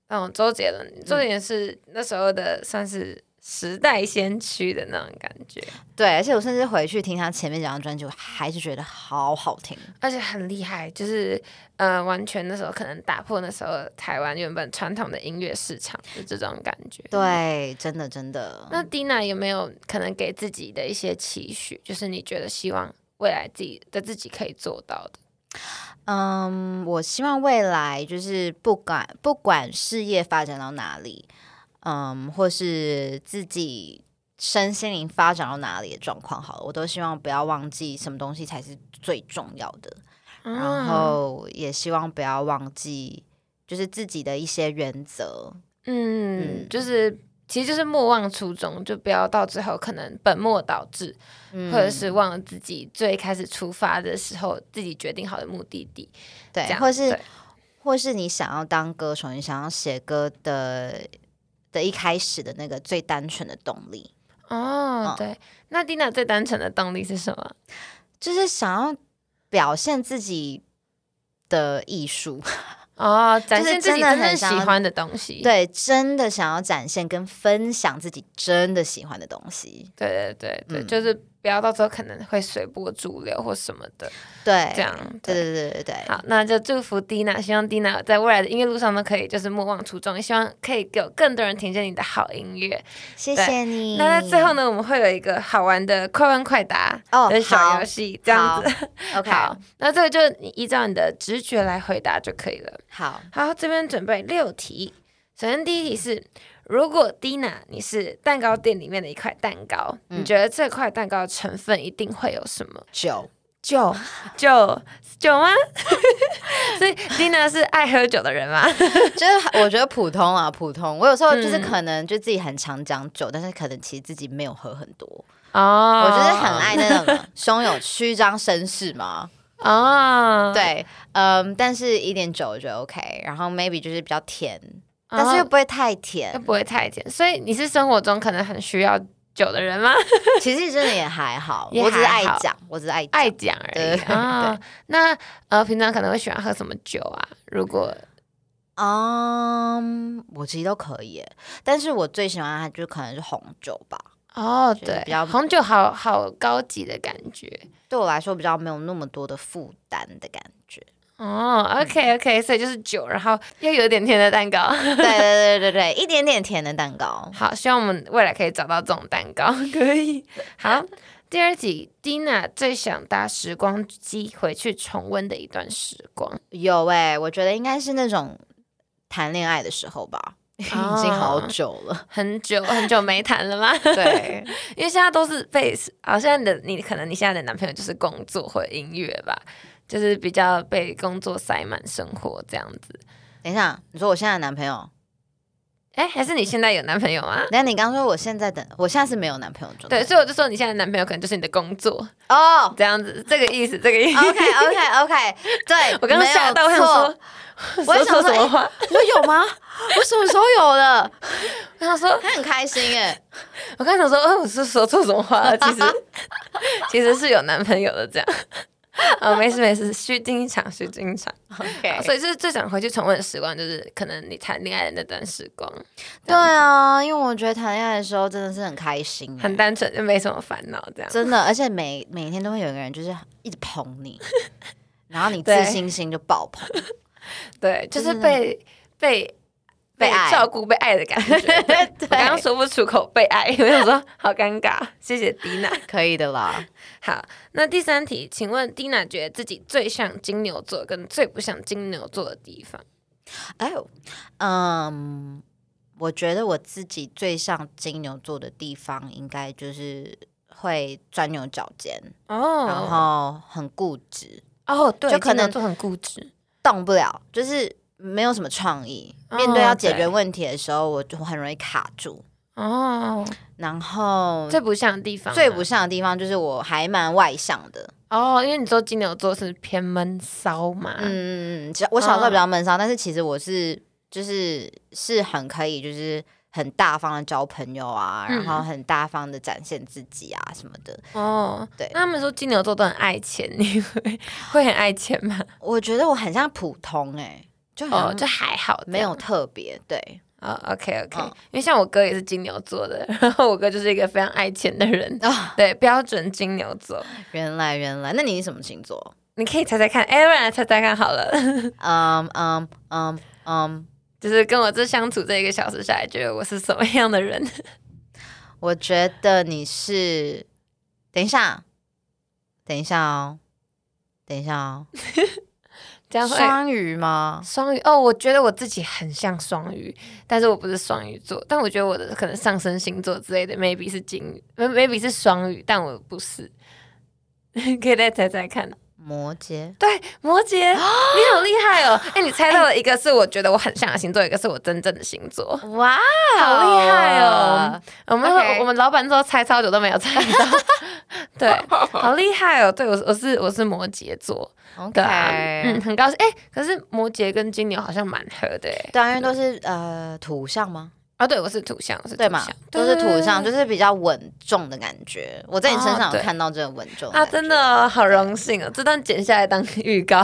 Speaker 3: 嗯，周杰伦，周杰伦是那时候的算是时代先驱的那种感觉，
Speaker 4: 对，而且我甚至回去听他前面几张专辑，我还是觉得好好听。
Speaker 3: 而且很厉害，就是呃，完全那时候可能打破那时候台湾原本传统的音乐市场的这种感觉。。
Speaker 4: 对，真的真的。
Speaker 3: 嗯那 Dina 有没有可能给自己的一些期许？就是你觉得希望未来自己的自己可以做到的？
Speaker 4: 嗯，我希望未来就是不管不管事业发展到哪里，嗯，或是自己身心灵发展到哪里的状况，好了，我都希望不要忘记什么东西才是最重要的，
Speaker 3: 嗯
Speaker 4: 然后也希望不要忘记就是自己的一些原则。
Speaker 3: 嗯，
Speaker 4: 嗯
Speaker 3: 就是其实就是莫忘初衷，就不要到最后可能本末倒置，
Speaker 4: 嗯
Speaker 3: 或者是忘了自己最开始出发的时候自己决定好的目的地，这
Speaker 4: 对，
Speaker 3: 样
Speaker 4: 或是
Speaker 3: 对
Speaker 4: 或是你想要当歌手，你想要写歌的的一开始的那个最单纯的动力，
Speaker 3: 哦，
Speaker 4: 嗯
Speaker 3: 对。那 Dina 最单纯的动力是什么？
Speaker 4: 就是想要表现自己的艺术，
Speaker 3: 哦，展
Speaker 4: 就是
Speaker 3: 现自己
Speaker 4: 真的
Speaker 3: 真
Speaker 4: 很
Speaker 3: 正喜
Speaker 4: 想要
Speaker 3: 欢的东西。
Speaker 4: 对，真的想要展现跟分享自己真的喜欢的东西，
Speaker 3: 对对对对，
Speaker 4: 嗯
Speaker 3: 就是不要到时候可能会随波逐流或什么的。
Speaker 4: 对，
Speaker 3: 这样
Speaker 4: 对对对对对，
Speaker 3: 好，那就祝福 Dina，希望 Dina 在未来的音乐路上都可以就是莫忘初衷，也希望可以给有更多人听见你的好音乐。
Speaker 4: 谢谢你。
Speaker 3: 那在最后呢，我们会有一个好玩的快问快答
Speaker 4: 嗯哦
Speaker 3: 的小
Speaker 4: 好
Speaker 3: 游戏，这样子。
Speaker 4: ，OK，
Speaker 3: 好，那这个就你依照你的直觉来回答就可以了。
Speaker 4: 好
Speaker 3: 好，这边准备六题。首先第一题是，如果 Dina 你是蛋糕店里面的一块蛋糕，你
Speaker 4: 嗯
Speaker 3: 觉得这块蛋糕的成分一定会有什么？
Speaker 4: 九，
Speaker 3: 酒，酒，酒吗？ 所以 Dina 是爱喝酒的人吗？
Speaker 4: 就是我觉得普通啊，普通。我有时候就是
Speaker 3: 嗯
Speaker 4: 可能就自己很常讲酒，但是可能其实自己没有喝很多。
Speaker 3: 哦
Speaker 4: 我就是很爱那种胸有虚张声势嘛。
Speaker 3: 哦，，
Speaker 4: 对，嗯，但是一点酒我觉得 OK，然后 maybe 就是比较甜，但是又不会太
Speaker 3: 又
Speaker 4: 甜。
Speaker 3: 不会太甜，所以你是生活中可能很需要酒的人吗？
Speaker 4: 其实真的也还好，
Speaker 3: 也
Speaker 4: 我只是
Speaker 3: 还
Speaker 4: 爱
Speaker 3: 好
Speaker 4: 讲，我只是爱讲
Speaker 3: 爱讲而已
Speaker 4: 对
Speaker 3: 啊、那呃，平常可能会喜欢喝什么酒啊？如果
Speaker 4: 嗯，我其实都可以耶，但是我最喜欢它就可能是红酒吧。
Speaker 3: 哦，
Speaker 4: 就是
Speaker 3: 对
Speaker 4: 比，较
Speaker 3: 红酒好好高级的感觉
Speaker 4: 对我来说，比较没有那么多的负担的感觉。
Speaker 3: 哦。OK
Speaker 4: 嗯
Speaker 3: OK，所以就是酒，然后又有点甜的蛋糕。
Speaker 4: 对对对对对，一点点甜的蛋糕。
Speaker 3: 好，希望我们未来可以找到这种蛋糕， 可以。好，第二题，Dina 最想搭时光机回去重温的一段时光，
Speaker 4: 有哎、我觉得应该是那种谈恋爱的时候吧，已经好久了。
Speaker 3: 很久很久没谈了吗？
Speaker 4: 对，
Speaker 3: 因为现在都是被好，现在的你可能你现在的男朋友就是工作或音乐吧，就是比较被工作塞满生活这样子。
Speaker 4: 等一下，你说我现在的男朋友，
Speaker 3: 哎，还是你现在有男朋友啊吗？
Speaker 4: 但你刚说我现在的，我现在是没有男朋友的状态
Speaker 3: 对，所以我就说你现在的男朋友可能就是你的工作，
Speaker 4: 哦。
Speaker 3: 这样子，这个意思，这个意思。
Speaker 4: OK OK OK，对
Speaker 3: 我刚刚吓到，我
Speaker 4: 没
Speaker 3: 想
Speaker 4: 有
Speaker 3: 说，
Speaker 4: 错我
Speaker 3: 说
Speaker 4: 也
Speaker 3: 错
Speaker 4: 想说
Speaker 3: 什么话？
Speaker 4: 我有吗？我什么时候有的？
Speaker 3: 哎我想说，
Speaker 4: 他很开心 哎，
Speaker 3: 我刚想说，哦，我是说错什么话了？ 其实其实是有男朋友的这样。啊、没事没事，虚惊一场，虚惊一场。
Speaker 4: OK
Speaker 3: 所以就是最想回去重温的时光，就是可能你谈恋爱的那段时光。
Speaker 4: 对啊，因为我觉得谈恋爱的时候真的是很开心欸，
Speaker 3: 很单纯，就没什么烦恼这样。
Speaker 4: 真的，而且每每天都会有一个人就是一直捧 你，然后你
Speaker 3: 对
Speaker 4: 自信心就爆棚。
Speaker 3: 对，就是
Speaker 4: 真的
Speaker 3: 被被
Speaker 4: 被爱
Speaker 3: 照顾、被爱的感 觉。对我刚刚说不出口被爱，我想说好尴尬。谢谢迪娜。
Speaker 4: 可以的啦。
Speaker 3: 好，那第三题，请问迪娜觉得自己最像金牛座跟最不像金牛座的地方？
Speaker 4: 哎呦，嗯，我觉得我自己最像金牛座的地方，应该就是会钻牛角尖，然
Speaker 3: 哦
Speaker 4: 后很固执，
Speaker 3: 哦，对，
Speaker 4: 就可能
Speaker 3: 金牛座很固执。
Speaker 4: 动不了，就是没有什么创意。
Speaker 3: 哦
Speaker 4: 面对要解
Speaker 3: 对
Speaker 4: 决问题的时候，我就很容易卡住。
Speaker 3: 哦，
Speaker 4: 然后
Speaker 3: 最不像的地方呢，
Speaker 4: 最不像的地方就是我还蛮外向的，
Speaker 3: 哦，因为你说金牛座是偏闷骚嘛，
Speaker 4: 嗯嗯嗯，其实我小时候比较闷骚，但是其实我是就是是很可以就是。很大方的交朋友啊，然后
Speaker 3: 嗯
Speaker 4: 很大方的展现自己啊什么的。
Speaker 3: 哦，
Speaker 4: 对
Speaker 3: 那他们说金牛座都很爱钱，你会会很爱钱吗？
Speaker 4: 我觉得我很像普通哎、就很
Speaker 3: 哦，
Speaker 4: 像
Speaker 3: 就还好这样，
Speaker 4: 没有特别对。
Speaker 3: 哦，OK OK，、
Speaker 4: 嗯
Speaker 3: 因为像我哥也是金牛座的， 然后我哥就是一个非常爱钱的人，
Speaker 4: 哦
Speaker 3: 对，标准金牛座。
Speaker 4: 原来原来，那你是什么星座？
Speaker 3: 你可以猜猜看，哎，不然来猜猜看好了，
Speaker 4: 嗯嗯嗯嗯，
Speaker 3: 就是跟我这相处这一个小时下来，觉得我是什么样的人？
Speaker 4: 我觉得你是，等一下，等一下哦，等一下哦，
Speaker 3: 这样会
Speaker 4: 双鱼吗？
Speaker 3: 双鱼哦，我觉得我自己很像双鱼，但是我不是双鱼座，但我觉得我的可能上升星座之类的，maybe 是金鱼呃，maybe 是双鱼，但我不是。 可以再猜猜看，
Speaker 4: 摩羯，
Speaker 3: 对，摩 羯，你好厉害 哦！哎、你猜到了一个是我觉得我很像的星座，一个是我真正的星座，
Speaker 4: 哇，
Speaker 3: 好厉害哦！我们
Speaker 4: OK
Speaker 3: 我们老板之后猜超久都没有猜 到，对，好厉害哦！对我是我是我是摩羯座，
Speaker 4: ！OK，
Speaker 3: 对啊，嗯，很高兴。哎、可是摩羯跟金牛好像蛮合的、哎
Speaker 4: 对啊，因为都是呃土象吗？
Speaker 3: 啊，对，我是土象，我是
Speaker 4: 对
Speaker 3: 土
Speaker 4: 嘛
Speaker 3: 象，
Speaker 4: 都是土象，
Speaker 3: 对
Speaker 4: 就是比较稳重的感觉。我在你身
Speaker 3: 哦
Speaker 4: 上有
Speaker 3: 对
Speaker 4: 看到这个稳重
Speaker 3: 啊，
Speaker 4: 感
Speaker 3: 真
Speaker 4: 觉
Speaker 3: 的哦好荣幸哦，这段剪下来当预 告，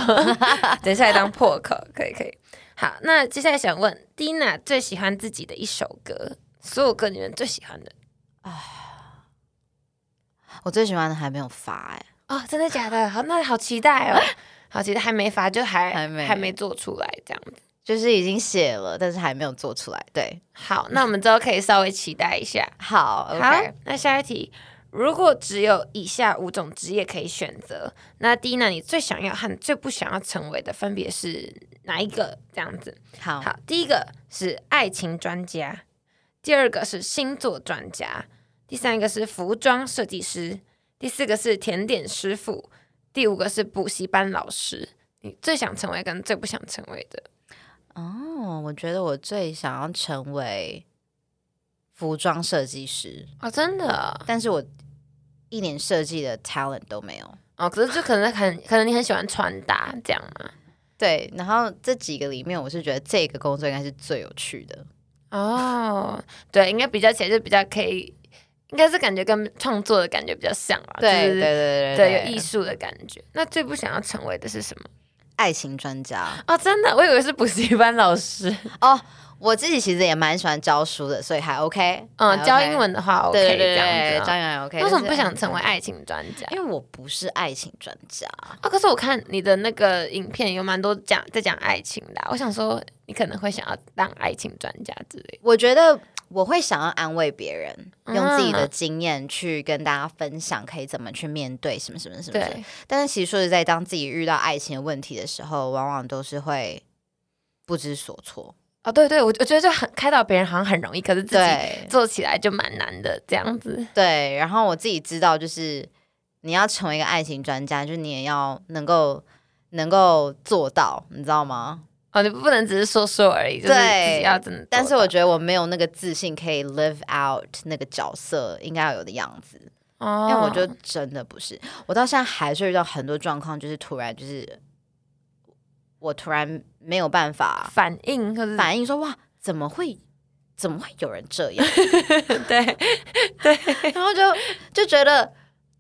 Speaker 3: 剪下来当破口，可以可以。好，那接下来想问 Dina 最喜欢自己的一首歌，所有歌里面最喜欢的
Speaker 4: 我最喜欢的还没有发哎，
Speaker 3: 哦，真的假的？好，那好期待 哦，好期待，还没发就还
Speaker 4: 还没
Speaker 3: 还没做出来这样子。
Speaker 4: 就是已经写了，但是还没有做出来。对，
Speaker 3: 好，那我们之后可以稍微期待一下。
Speaker 4: 好
Speaker 3: 好
Speaker 4: ，OK，，
Speaker 3: 那下一题，如果只有以下五种职业可以选择，那第一呢，你最想要和最不想要成为的分别是哪一个？这样子。
Speaker 4: 好，
Speaker 3: 好，第一个是爱情专家，第二个是星座专家，第三个是服装设计师，第四个是甜点师傅，第五个是补习班老师。你最想成为跟最不想成为的
Speaker 4: 哦，我觉得我最想要成为服装设计师，
Speaker 3: 哦，真的哦
Speaker 4: 但是我一点设计的 talent 都没有。
Speaker 3: 哦，可是就可能很可能你很喜欢穿搭这样嘛。
Speaker 4: 对，然后这几个里面，我是觉得这个工作应该是最有趣的。
Speaker 3: 哦，对，应该比较起来就比较可以，应该是感觉跟创作的感觉比较像吧，
Speaker 4: 对
Speaker 3: 啊就
Speaker 4: 对
Speaker 3: 是对，
Speaker 4: 对对，
Speaker 3: 有艺术的感觉。那最不想要成为的是什么？
Speaker 4: 爱情专 家
Speaker 3: 哦，真的，我以为是补习班老师。
Speaker 4: 哦。我自己其实也蛮喜欢教书的，所以还 OK。
Speaker 3: 嗯，
Speaker 4: 还
Speaker 3: 教
Speaker 4: OK
Speaker 3: 英文的话
Speaker 4: 对对
Speaker 3: OK
Speaker 4: 对
Speaker 3: 这
Speaker 4: 对，
Speaker 3: 样子
Speaker 4: 教
Speaker 3: 啊。
Speaker 4: 英文还 OK。
Speaker 3: 为什么
Speaker 4: 但
Speaker 3: 不
Speaker 4: 是嗯
Speaker 3: 想成为爱情专家？
Speaker 4: 因为我不是爱情专家，
Speaker 3: 啊，可是我看你的那个影片有蛮多讲在讲爱情的啊，我想说你可能会想要当爱情专家之类
Speaker 4: 我觉得我会想要安慰别人，
Speaker 3: 嗯
Speaker 4: 用自己的经验去跟大家分享，可以怎么去面对什么什么什
Speaker 3: 的。
Speaker 4: 么什么。
Speaker 3: 对，
Speaker 4: 但是其实说实在，当自己遇到爱情的问题的时候，往往都是会不知所措。
Speaker 3: 哦对对，我我觉得就很开导别人好像很容易，可是自己
Speaker 4: 对
Speaker 3: 做起来就蛮难的这样子。
Speaker 4: 对，然后我自己知道，就是你要成为一个爱情专家，就是你也要能够能够做到，你知道吗？
Speaker 3: 哦，你不能只是说说而已，就是自
Speaker 4: 对
Speaker 3: 己要真的做到。
Speaker 4: 但是我觉得我没有那个自信可以 live out 那个角色应该要有的样子。
Speaker 3: 哦，
Speaker 4: 因为我就真的不是，我到现在还是遇到很多状况，就是突然就是我突然没有办法
Speaker 3: 反应或者
Speaker 4: 反应说哇，怎么会怎么会有人这样？
Speaker 3: 对，
Speaker 4: 然后就就觉得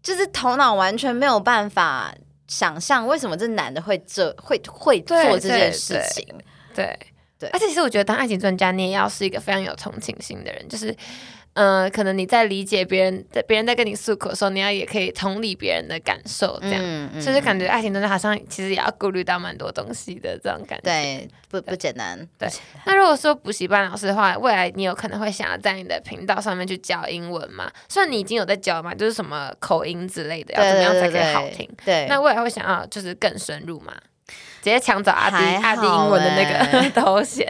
Speaker 4: 就是头脑完全没有办法想象为什么这男的会这会会
Speaker 3: 对
Speaker 4: 做这
Speaker 3: 对
Speaker 4: 件事
Speaker 3: 对
Speaker 4: 情。
Speaker 3: 对
Speaker 4: 对
Speaker 3: 而且其实我觉得当爱情专家，你也要是一个非常有同情心的人，就是。呃，可能你在理解别人，在别人在跟你诉苦的时候，你要也可以同理别人的感受，这样，
Speaker 4: 嗯
Speaker 3: 所以就
Speaker 4: 嗯
Speaker 3: 感觉爱情专家好像其实也要顾虑到蛮多东西的这种感觉。
Speaker 4: 对不不简单，
Speaker 3: 对
Speaker 4: 不简单
Speaker 3: 那如果说补习班老师的话，未来你有可能会想要在你的频道上面去教英文吗？虽然你已经有在教嘛，就是什么口音之类的，要怎么样才
Speaker 4: 对对
Speaker 3: 可以
Speaker 4: 对
Speaker 3: 好听？
Speaker 4: 对，
Speaker 3: 那未来会想要就是更深入吗？直接抢走阿弟
Speaker 4: 还好
Speaker 3: 阿弟英文的那个
Speaker 4: 欸
Speaker 3: 头衔，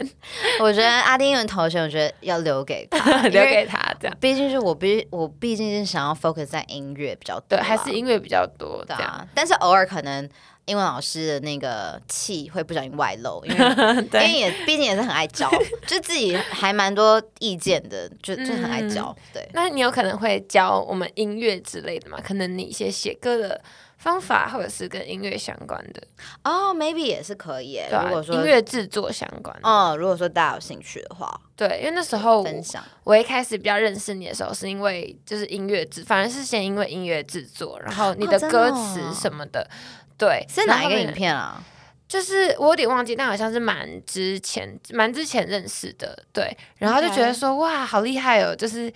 Speaker 4: 我觉得阿丁英文头衔，我觉得要留给他， 因 为
Speaker 3: 留给他这样。
Speaker 4: 毕竟是我毕我毕竟是想要 focus 在音乐比较多
Speaker 3: 对，
Speaker 4: 啦，
Speaker 3: 还是音乐比较多这
Speaker 4: 啊对
Speaker 3: 样。
Speaker 4: 啊，但是偶尔可能英文老师的那个气会不小心外 露，因为因为
Speaker 3: 对，
Speaker 4: 也毕竟也是很爱 教，就自己还蛮多意见的，就就很爱教。对，
Speaker 3: 那你有可能会教我们音乐之类的吗？可能你一些写歌的方法，或者是跟音乐相关的，
Speaker 4: 哦、m a y b e 也是可以耶。
Speaker 3: 对、啊
Speaker 4: 如果，说
Speaker 3: 音乐制作相关的，
Speaker 4: 嗯，如果说大家有兴趣的话，
Speaker 3: 对，因为那时候
Speaker 4: 分享。
Speaker 3: 我一开始比较认识你的时候，是因为就是音乐制，反而是先因为音乐制作，然后你的
Speaker 4: 哦真的
Speaker 3: 歌
Speaker 4: 哦
Speaker 3: 词什么的，对，
Speaker 4: 是哪一
Speaker 3: 然
Speaker 4: 个
Speaker 3: 后
Speaker 4: 影？片啊？
Speaker 3: 就是我有点忘记，但好像是蛮之前蛮之前认识的，对，然后就觉得说哇，好厉害哦，就是。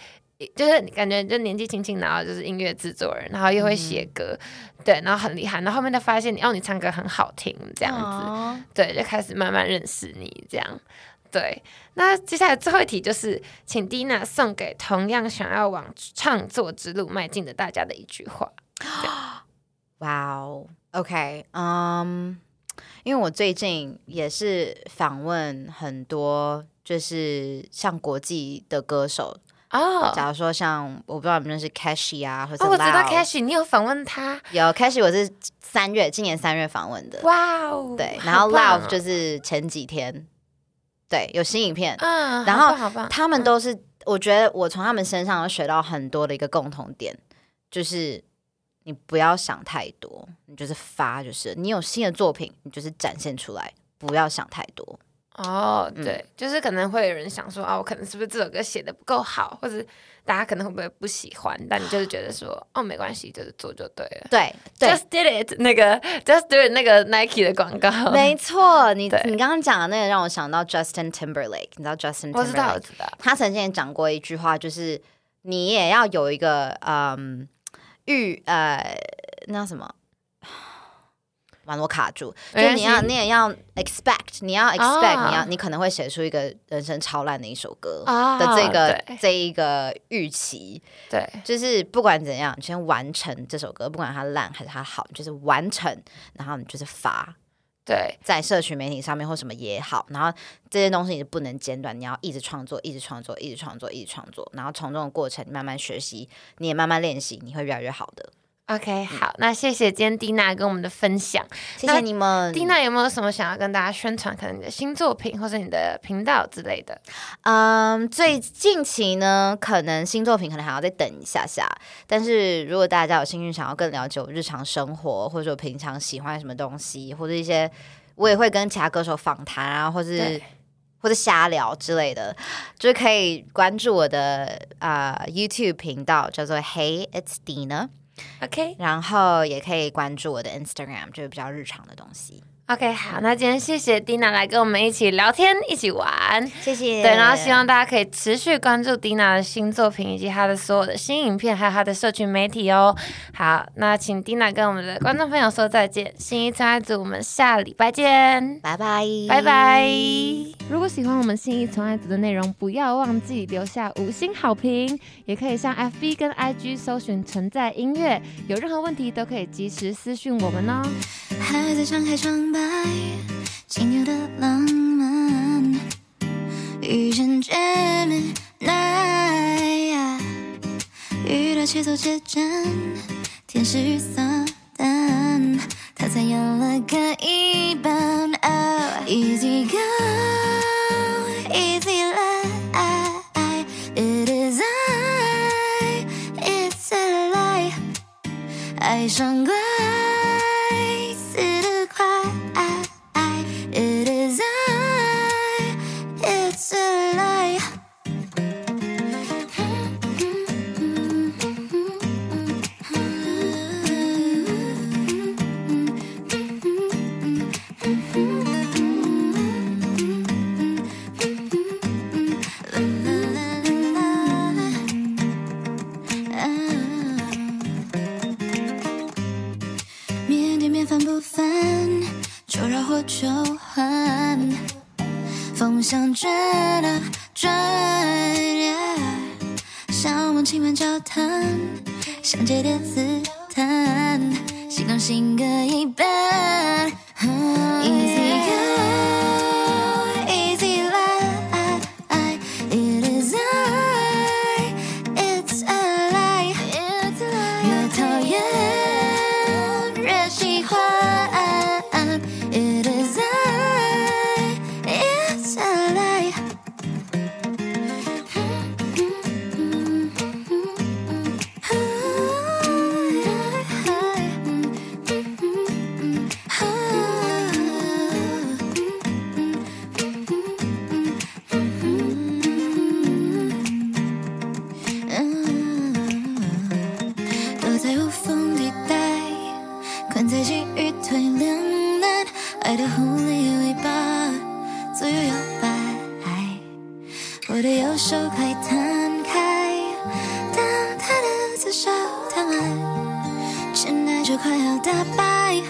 Speaker 3: 就是你感觉就年纪轻轻，然后就是音乐制作人，然后又会
Speaker 4: 嗯
Speaker 3: 写歌，对，然后很厉害，然后后面才发现你哦，你唱歌很好听，这样子，
Speaker 4: 哦
Speaker 3: 对，就开始慢慢认识你这样。对，那接下来最后一题就是，请 Dina 送给同样想要往创作之路迈进的大家的一句话。
Speaker 4: 哇哦，OK，嗯、因为我最近也是访问很多，就是像国际的歌手，
Speaker 3: 哦，
Speaker 4: 假如说像我不知道你们认识 Cashy 啊，或者
Speaker 3: 哦，我知道
Speaker 4: Lau
Speaker 3: Cash，你有访问他，
Speaker 4: 有 Cashy，我是三月今年三月访问的，
Speaker 3: 哇哦，
Speaker 4: 对，
Speaker 3: 好
Speaker 4: 然后
Speaker 3: 棒
Speaker 4: Love 就是前几天，对，有新影片，
Speaker 3: 嗯，
Speaker 4: 然
Speaker 3: 好
Speaker 4: 后
Speaker 3: 棒好棒，
Speaker 4: 他们都是，我觉得我从他们身上有学到很多的一个共同点，就是你不要想太多，你就是发，就是你有新的作品，你就是展现出来，不要想太多。
Speaker 3: 哦，
Speaker 4: 嗯
Speaker 3: 对，就是可能会有人想说啊，我可能是不是这首歌写的不够好，或者大家可能会不会不喜欢，但你就是觉得说哦，没关系，就是做就对了。
Speaker 4: 对对
Speaker 3: Just did it 那个 Just do it 那个 Nike 的广告，
Speaker 4: 没错，你
Speaker 3: 对
Speaker 4: 你刚刚讲的那个让我想到 Justin Timberlake，你知道 Justin
Speaker 3: 我知道我
Speaker 4: Timberlake，
Speaker 3: 知道，
Speaker 4: 他曾经也讲过一句话，就是你也要有一个嗯预呃那叫什么。 完了，我卡住。就
Speaker 3: 没关
Speaker 4: 你要，
Speaker 3: 系
Speaker 4: 你也要 expect，你要 expect，、
Speaker 3: 啊
Speaker 4: 你要，你可能会写出一个人生超烂的一首歌
Speaker 3: 啊
Speaker 4: 的这个、
Speaker 3: 对
Speaker 4: 这一个预期，
Speaker 3: 对，
Speaker 4: 就是不管怎样，你先完成这首歌，不管它烂还是它好，你就是完成，然后你就是发
Speaker 3: 对，
Speaker 4: 在社群媒体上面或什么也好，然后这些东西你不能间断，你要一直创作，一直创作，一直创作，一直创作，然后从这种过程慢慢学习，你也慢慢练习，你会越来越好的。
Speaker 3: OK，好，
Speaker 4: 嗯
Speaker 3: 那谢谢今天蒂娜跟我们的分享。
Speaker 4: 谢
Speaker 3: 那
Speaker 4: 谢你们，
Speaker 3: 蒂娜有没有什么想要跟大家宣传，可能你的新作品或者你的频道之类的？
Speaker 4: 嗯，最近期呢，可能新作品可能还要再等一下下。但是如果大家有兴趣，想要更了解我日常生活，或者我平常喜欢什么东西，或者一些我也会跟其他歌手访谈啊，或是
Speaker 3: 对
Speaker 4: 或者瞎聊之类的，就是可以关注我的啊、呃 YouTube 频道，叫做 Hey It's Dina，
Speaker 3: ，OK，OK，、
Speaker 4: 然后也可以关注我的 Instagram，就是比较日常的东西。
Speaker 3: 好，那今天谢谢蒂娜来跟我们一起聊天，一起玩。
Speaker 4: 谢谢。
Speaker 3: 对，然后希望大家可以持续关注蒂娜的新作品以及她的所有的新影片，还有她的社群媒体哦。好，那请蒂娜跟我们的观众朋友说再见，新一村爱组，我们下礼拜见。
Speaker 4: 拜拜，
Speaker 3: 拜拜！如果喜欢我们信义纯爱组的内容，不要忘记留下五星好评，也可以上 FB 跟 IG 搜寻“存在音乐”，有任何问题都可以及时私讯我们哦。
Speaker 1: 还在张开窗白，今夜的浪漫，遇见姐妹奈，娱乐节奏接战，天使与撒旦，他才演了个一半。哦、easy go, easy lie, it is I, it's a lie. 爱上怪，死得快。It is I, it's a lie. 面对面翻不翻，求饶或求欢，风向转啊转呀，想往亲门交谈，想借点刺探，心动心各一半。Easy go, easy lie, it is I, it's a lie. 越讨厌越喜欢。我的右手快摊开，当他的左手探来，真爱就快要打败。